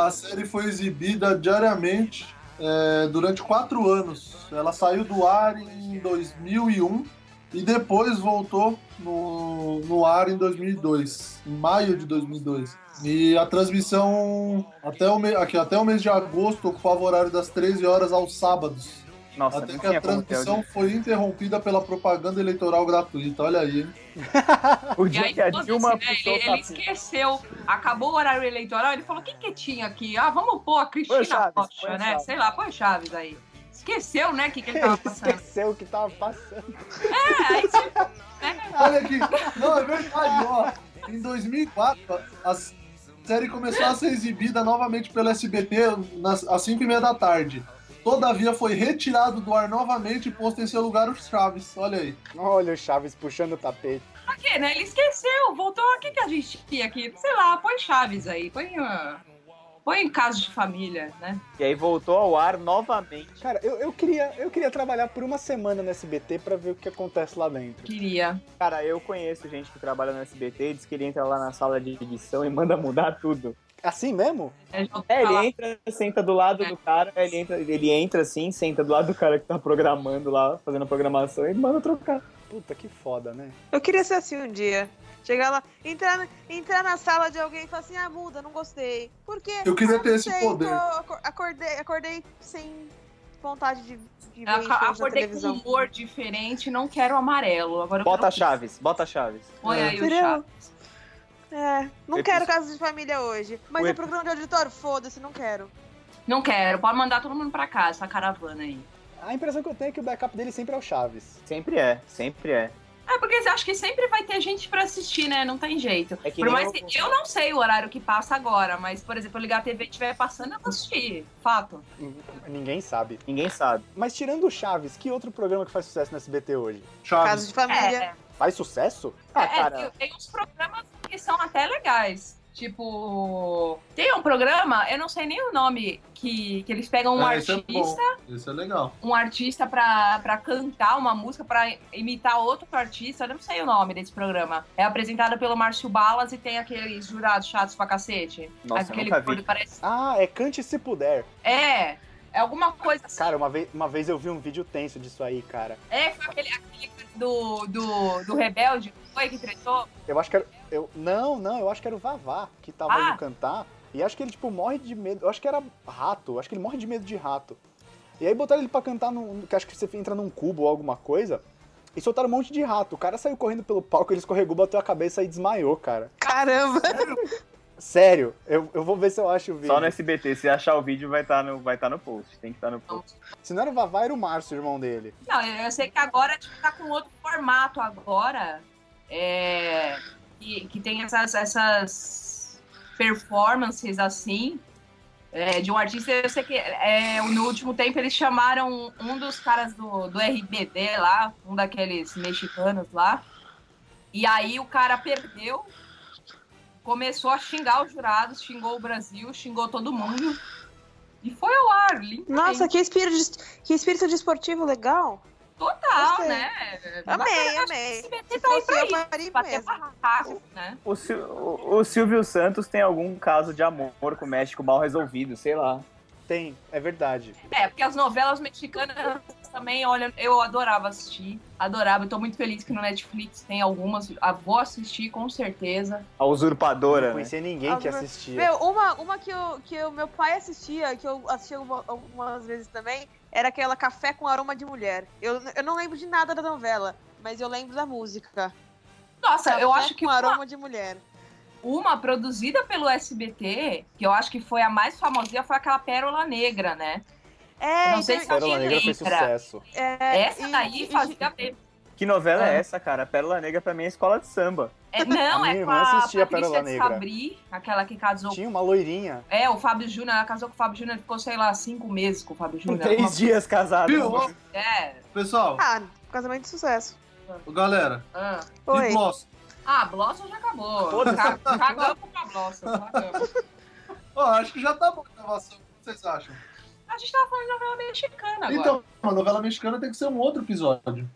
[SPEAKER 1] a série foi exibida diariamente é, durante quatro anos. Ela saiu do ar em 2001 e depois voltou no, no ar em 2002, em maio de 2002. E a transmissão até o, me- aqui, até o mês de agosto ocupava o horário das 13 horas aos sábados.
[SPEAKER 3] Nossa,
[SPEAKER 1] Até
[SPEAKER 3] não
[SPEAKER 1] que a
[SPEAKER 3] tinha como ter
[SPEAKER 1] transmissão foi interrompida pela propaganda eleitoral gratuita. Olha aí. hein?
[SPEAKER 3] alguém- O
[SPEAKER 5] E
[SPEAKER 3] dia
[SPEAKER 5] aí,
[SPEAKER 3] que a
[SPEAKER 5] foda-se,
[SPEAKER 3] Dilma
[SPEAKER 5] né? ele,
[SPEAKER 3] puxou o
[SPEAKER 5] ele
[SPEAKER 3] tapinha.
[SPEAKER 5] esqueceu, acabou o horário eleitoral, ele falou, quem que tinha aqui? Ah, vamos pôr a
[SPEAKER 3] Põe o
[SPEAKER 5] Cristina
[SPEAKER 3] Chaves, põe
[SPEAKER 5] Rocha,
[SPEAKER 3] o
[SPEAKER 5] né?
[SPEAKER 3] Chaves.
[SPEAKER 5] Sei lá, põe o Chaves aí. Esqueceu, né, o que, que ele
[SPEAKER 2] Ele
[SPEAKER 5] tava passando.
[SPEAKER 2] esqueceu o que tava passando.
[SPEAKER 5] É, aí você-
[SPEAKER 1] Olha aqui. Não, é verdade. Ó. Em 2004, a série começou a ser exibida novamente pelo SBT nas, às 5 e meia da tarde. Todavia foi retirado do ar novamente e posto em seu lugar o Chaves. Olha aí.
[SPEAKER 2] Olha o Chaves puxando o tapete.
[SPEAKER 5] pra quê, né? Ele esqueceu, voltou, o que, que a gente tinha aqui? Sei lá, põe Chaves aí, põe... ah, Põe em caso de família, né?
[SPEAKER 3] E aí voltou ao ar novamente.
[SPEAKER 2] Cara, eu, eu, queria, eu queria trabalhar por uma semana no SBT pra ver o que acontece lá dentro.
[SPEAKER 5] Queria.
[SPEAKER 3] Cara, eu conheço gente que trabalha no SBT e diz que ele entra lá na sala de edição e manda mudar tudo.
[SPEAKER 2] Assim mesmo?
[SPEAKER 5] É, já ouvi
[SPEAKER 3] É, ele
[SPEAKER 5] falar.
[SPEAKER 3] entra, senta do lado do cara, ele entra, ele entra assim, senta do lado do cara que tá programando lá, fazendo a programação e manda trocar.
[SPEAKER 2] Puta que foda, né?
[SPEAKER 4] Eu queria ser assim um dia. Chegar lá, entrar, na- entrar na sala de alguém e falar assim, ah, muda, não gostei. Por quê?
[SPEAKER 1] Eu queria
[SPEAKER 4] "Ah, não
[SPEAKER 1] ter esse
[SPEAKER 4] sei,
[SPEAKER 1] poder."
[SPEAKER 4] tô- acor- acordei, acordei sem vontade de, de ver
[SPEAKER 5] Eu
[SPEAKER 4] shows na
[SPEAKER 5] acordei com um
[SPEAKER 4] televisão.
[SPEAKER 5] humor diferente, não quero amarelo. Agora eu
[SPEAKER 3] Bota a
[SPEAKER 5] quero-
[SPEAKER 3] Chaves, bota a Chaves.
[SPEAKER 5] Põe aí o
[SPEAKER 4] Entendeu?
[SPEAKER 5] Chaves.
[SPEAKER 4] É, não
[SPEAKER 3] Epi-
[SPEAKER 4] quero casa de família hoje. Mas
[SPEAKER 3] O
[SPEAKER 4] é
[SPEAKER 3] epi-
[SPEAKER 4] programa de auditório, foda-se, não quero.
[SPEAKER 5] Não quero, pode mandar todo mundo pra cá, essa caravana aí.
[SPEAKER 2] A impressão que eu tenho é que o backup dele sempre é o Chaves.
[SPEAKER 3] Sempre é, sempre é.
[SPEAKER 5] É, porque eu acho que sempre vai ter gente pra assistir, né? Não tem jeito.
[SPEAKER 3] É que
[SPEAKER 5] Por
[SPEAKER 3] nem
[SPEAKER 5] mais
[SPEAKER 3] o-
[SPEAKER 5] que eu não sei o horário que passa agora, mas, por exemplo, eu ligar a TV e estiver passando, eu vou assistir. Fato.
[SPEAKER 2] Ninguém sabe.
[SPEAKER 3] Ninguém sabe.
[SPEAKER 2] Mas tirando o Chaves, que outro programa que faz sucesso no SBT hoje?
[SPEAKER 1] Chaves.
[SPEAKER 4] Casa de família.
[SPEAKER 5] É,
[SPEAKER 2] Faz sucesso?
[SPEAKER 3] Ah,
[SPEAKER 5] é,
[SPEAKER 3] cara,
[SPEAKER 5] tem- tem uns programas que eles são até legais. Tipo, tem um programa, eu não sei nem o nome, que, que eles pegam um
[SPEAKER 1] É, isso é
[SPEAKER 5] artista,
[SPEAKER 1] bom. Isso é legal.
[SPEAKER 5] um artista pra, pra cantar uma música, pra imitar outro artista, eu não sei o nome desse programa. É apresentado pelo Márcio Balas e tem aqueles jurados chatos pra cacete.
[SPEAKER 3] Nossa, eu
[SPEAKER 5] Aquele
[SPEAKER 3] nunca vi.
[SPEAKER 5] gordo parece.
[SPEAKER 2] Ah, é Cante Se Puder.
[SPEAKER 5] É, é alguma coisa assim.
[SPEAKER 2] Cara, uma vez, uma vez eu vi um vídeo tenso disso aí, cara.
[SPEAKER 5] É, foi aquele, aquele do, do, do Rebelde, não foi que tretou?
[SPEAKER 2] Eu acho que era. Eu, não, não, eu acho que era o Vavá que tava
[SPEAKER 5] Ah.
[SPEAKER 2] indo cantar. E acho que ele, tipo, morre de medo. Eu acho que era rato. eu Acho que ele morre de medo de rato. E aí botaram ele pra cantar num. Que acho que você entra num cubo ou alguma coisa. E soltaram um monte de rato. O cara saiu correndo pelo palco, ele escorregou, bateu a cabeça e desmaiou, cara.
[SPEAKER 8] Caramba!
[SPEAKER 2] Sério, eu, eu vou ver se eu acho o vídeo.
[SPEAKER 3] Só no SBT. Se achar o vídeo, vai estar no, vai tá no post. Tem que estar no post.
[SPEAKER 2] Se não era o Vavá, era o Márcio, irmão dele.
[SPEAKER 5] Não, eu eu sei que agora tipo, tá com outro formato agora. É, que, que tem essas, essas performances assim. é, de um artista, eu sei que é, no último tempo eles chamaram um dos caras do, do RBD lá, um daqueles mexicanos lá. E aí o cara perdeu, começou a xingar os jurados, xingou o Brasil, xingou todo mundo. E foi ao ar, lindo.
[SPEAKER 8] Nossa, que espírito, de- que espírito desportivo legal!
[SPEAKER 5] Total,
[SPEAKER 8] Gostei.
[SPEAKER 5] né?
[SPEAKER 8] Amei, amei.
[SPEAKER 5] Bacana, acho que esse
[SPEAKER 8] Se
[SPEAKER 5] BT tá aí
[SPEAKER 8] fosse
[SPEAKER 5] pra
[SPEAKER 8] eu,
[SPEAKER 5] isso,
[SPEAKER 8] faria
[SPEAKER 5] bater
[SPEAKER 8] mesmo.
[SPEAKER 5] barraco, né?
[SPEAKER 3] O, Sil- o- o Silvio Santos tem algum caso de amor com o México mal resolvido, sei lá.
[SPEAKER 2] Tem, é verdade.
[SPEAKER 5] É, porque as novelas mexicanas também, olha, eu adorava assistir, adorava. Eu tô muito feliz que no Netflix tem algumas, ah, vou assistir com certeza.
[SPEAKER 3] A
[SPEAKER 2] Eu não
[SPEAKER 3] usurpadora, né?
[SPEAKER 2] conhecia ninguém que
[SPEAKER 4] Ah, mas-
[SPEAKER 2] assistia.
[SPEAKER 4] Meu, uma, uma que, eu, que o meu pai assistia, que eu assistia alguma- algumas vezes também, era aquela Café com Aroma de Mulher. Eu, eu não lembro de nada da novela, mas eu lembro da música.
[SPEAKER 5] Nossa,
[SPEAKER 2] Tá
[SPEAKER 5] eu
[SPEAKER 4] Café
[SPEAKER 5] acho que
[SPEAKER 4] com
[SPEAKER 5] uma,
[SPEAKER 4] Aroma de Mulher.
[SPEAKER 5] uma produzida pelo SBT, que eu acho que foi a mais famosa, foi aquela Pérola Negra, né?
[SPEAKER 4] É,
[SPEAKER 5] Não sei
[SPEAKER 4] então-
[SPEAKER 5] se eu
[SPEAKER 2] Pérola Negra fez
[SPEAKER 5] Negra.
[SPEAKER 2] sucesso.
[SPEAKER 4] é,
[SPEAKER 5] Essa
[SPEAKER 4] e-
[SPEAKER 5] daí
[SPEAKER 4] e-
[SPEAKER 5] fazia bem.
[SPEAKER 3] Que novela
[SPEAKER 5] Ah.
[SPEAKER 3] é essa, cara? Pérola Negra pra mim é escola de samba.
[SPEAKER 5] É, não,
[SPEAKER 2] A minha
[SPEAKER 5] é com
[SPEAKER 2] irmã
[SPEAKER 5] a
[SPEAKER 2] assistia Pérola
[SPEAKER 5] Patrícia de
[SPEAKER 2] Negra.
[SPEAKER 5] Sabri, aquela que casou
[SPEAKER 2] Tinha uma loirinha.
[SPEAKER 5] É, o Fábio Júnior, ela casou com o Fábio Júnior, ficou, sei lá, cinco meses com o Fábio
[SPEAKER 3] Com
[SPEAKER 5] Júnior.
[SPEAKER 3] três dias casado.
[SPEAKER 1] Viu? Ó,
[SPEAKER 5] É.
[SPEAKER 1] Pessoal,
[SPEAKER 4] Ah, casamento de sucesso.
[SPEAKER 1] galera,
[SPEAKER 5] Ah,
[SPEAKER 1] e
[SPEAKER 4] Oi.
[SPEAKER 1] Blossom?
[SPEAKER 5] ah Blossom já acabou.
[SPEAKER 3] Foda-se.
[SPEAKER 5] Ca- Cagamos com a Blossom. cagamos.
[SPEAKER 1] Ó, acho que já tá bom a gravação. O que vocês acham?
[SPEAKER 5] A gente tava falando de novela mexicana agora.
[SPEAKER 1] Então, a novela mexicana tem que ser um outro episódio.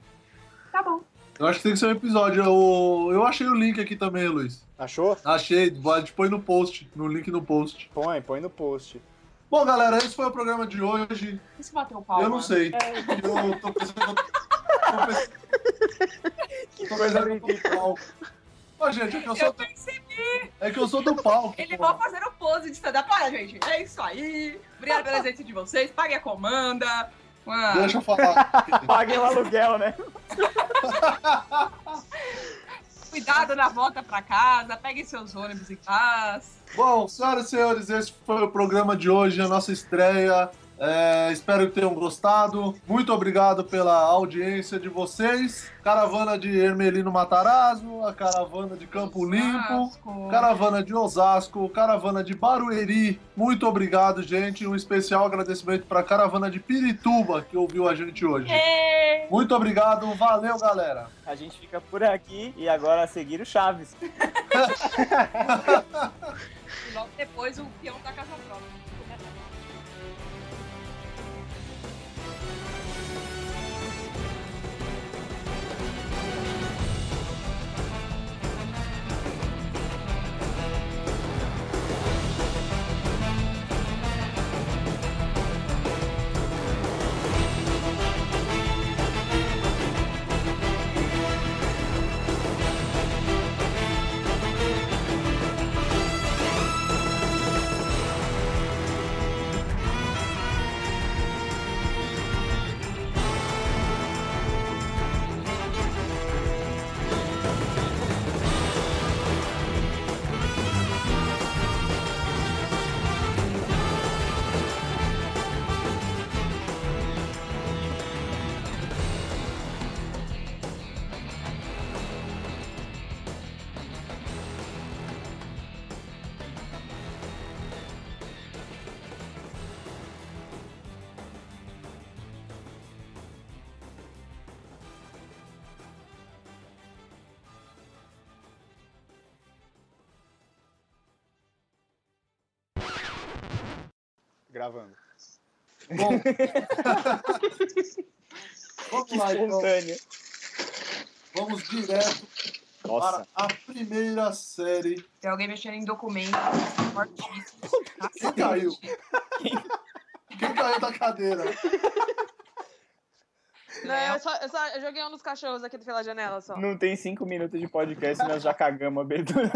[SPEAKER 5] Tá bom.
[SPEAKER 1] Eu acho que tem que ser um episódio. Eu, eu achei o link aqui também, Luiz.
[SPEAKER 2] Achou?
[SPEAKER 1] Achei, a gente põe no post, no link no post.
[SPEAKER 2] Põe, põe no post.
[SPEAKER 1] Bom, galera, esse foi o programa de hoje.
[SPEAKER 5] E se bateu palma?
[SPEAKER 1] Eu não sei. Eu tô pensando. Tô pensando, tô pensando que eu tô no palco. Ô, gente, é que eu sou,
[SPEAKER 5] Eu
[SPEAKER 1] do-
[SPEAKER 5] pensei,
[SPEAKER 1] é que eu sou do palco.
[SPEAKER 5] ele
[SPEAKER 1] pô.
[SPEAKER 5] vai fazer o pose de stand-up. Olha, gente, é isso aí. Obrigado pela presença de vocês. Pague a comanda. Ah,
[SPEAKER 1] Deixa eu falar.
[SPEAKER 3] Paguei o aluguel, né?
[SPEAKER 5] Cuidado na volta pra casa. Peguem seus ônibus em paz.
[SPEAKER 1] Bom, senhoras e senhores, esse foi o programa de hoje, a nossa estreia. É, espero que tenham gostado. Muito obrigado pela audiência de vocês. Caravana de Hermelino Matarazzo, a caravana de Campo Limpo,
[SPEAKER 5] Asco.
[SPEAKER 1] caravana de Osasco, caravana de Barueri. Muito obrigado, gente. Um especial agradecimento para a caravana de Pirituba que ouviu a gente hoje.
[SPEAKER 5] Ei,
[SPEAKER 1] Muito obrigado, valeu, galera.
[SPEAKER 3] A gente fica por aqui e agora a seguir o Chaves.
[SPEAKER 5] E logo depois o peão da casa própria.
[SPEAKER 2] Gravando.
[SPEAKER 1] Bom. vamos lá, então.
[SPEAKER 3] Espontâneo.
[SPEAKER 1] Vamos direto
[SPEAKER 3] Nossa,
[SPEAKER 1] para a primeira série.
[SPEAKER 5] Tem alguém mexendo em documentos fortíssimos.
[SPEAKER 1] Quem caiu? Quem caiu da cadeira?
[SPEAKER 4] Não,
[SPEAKER 5] né?
[SPEAKER 4] eu só, eu só- eu joguei um dos cachorros aqui pela janela só.
[SPEAKER 3] não tem cinco minutos de podcast, nós já cagamos a abertura.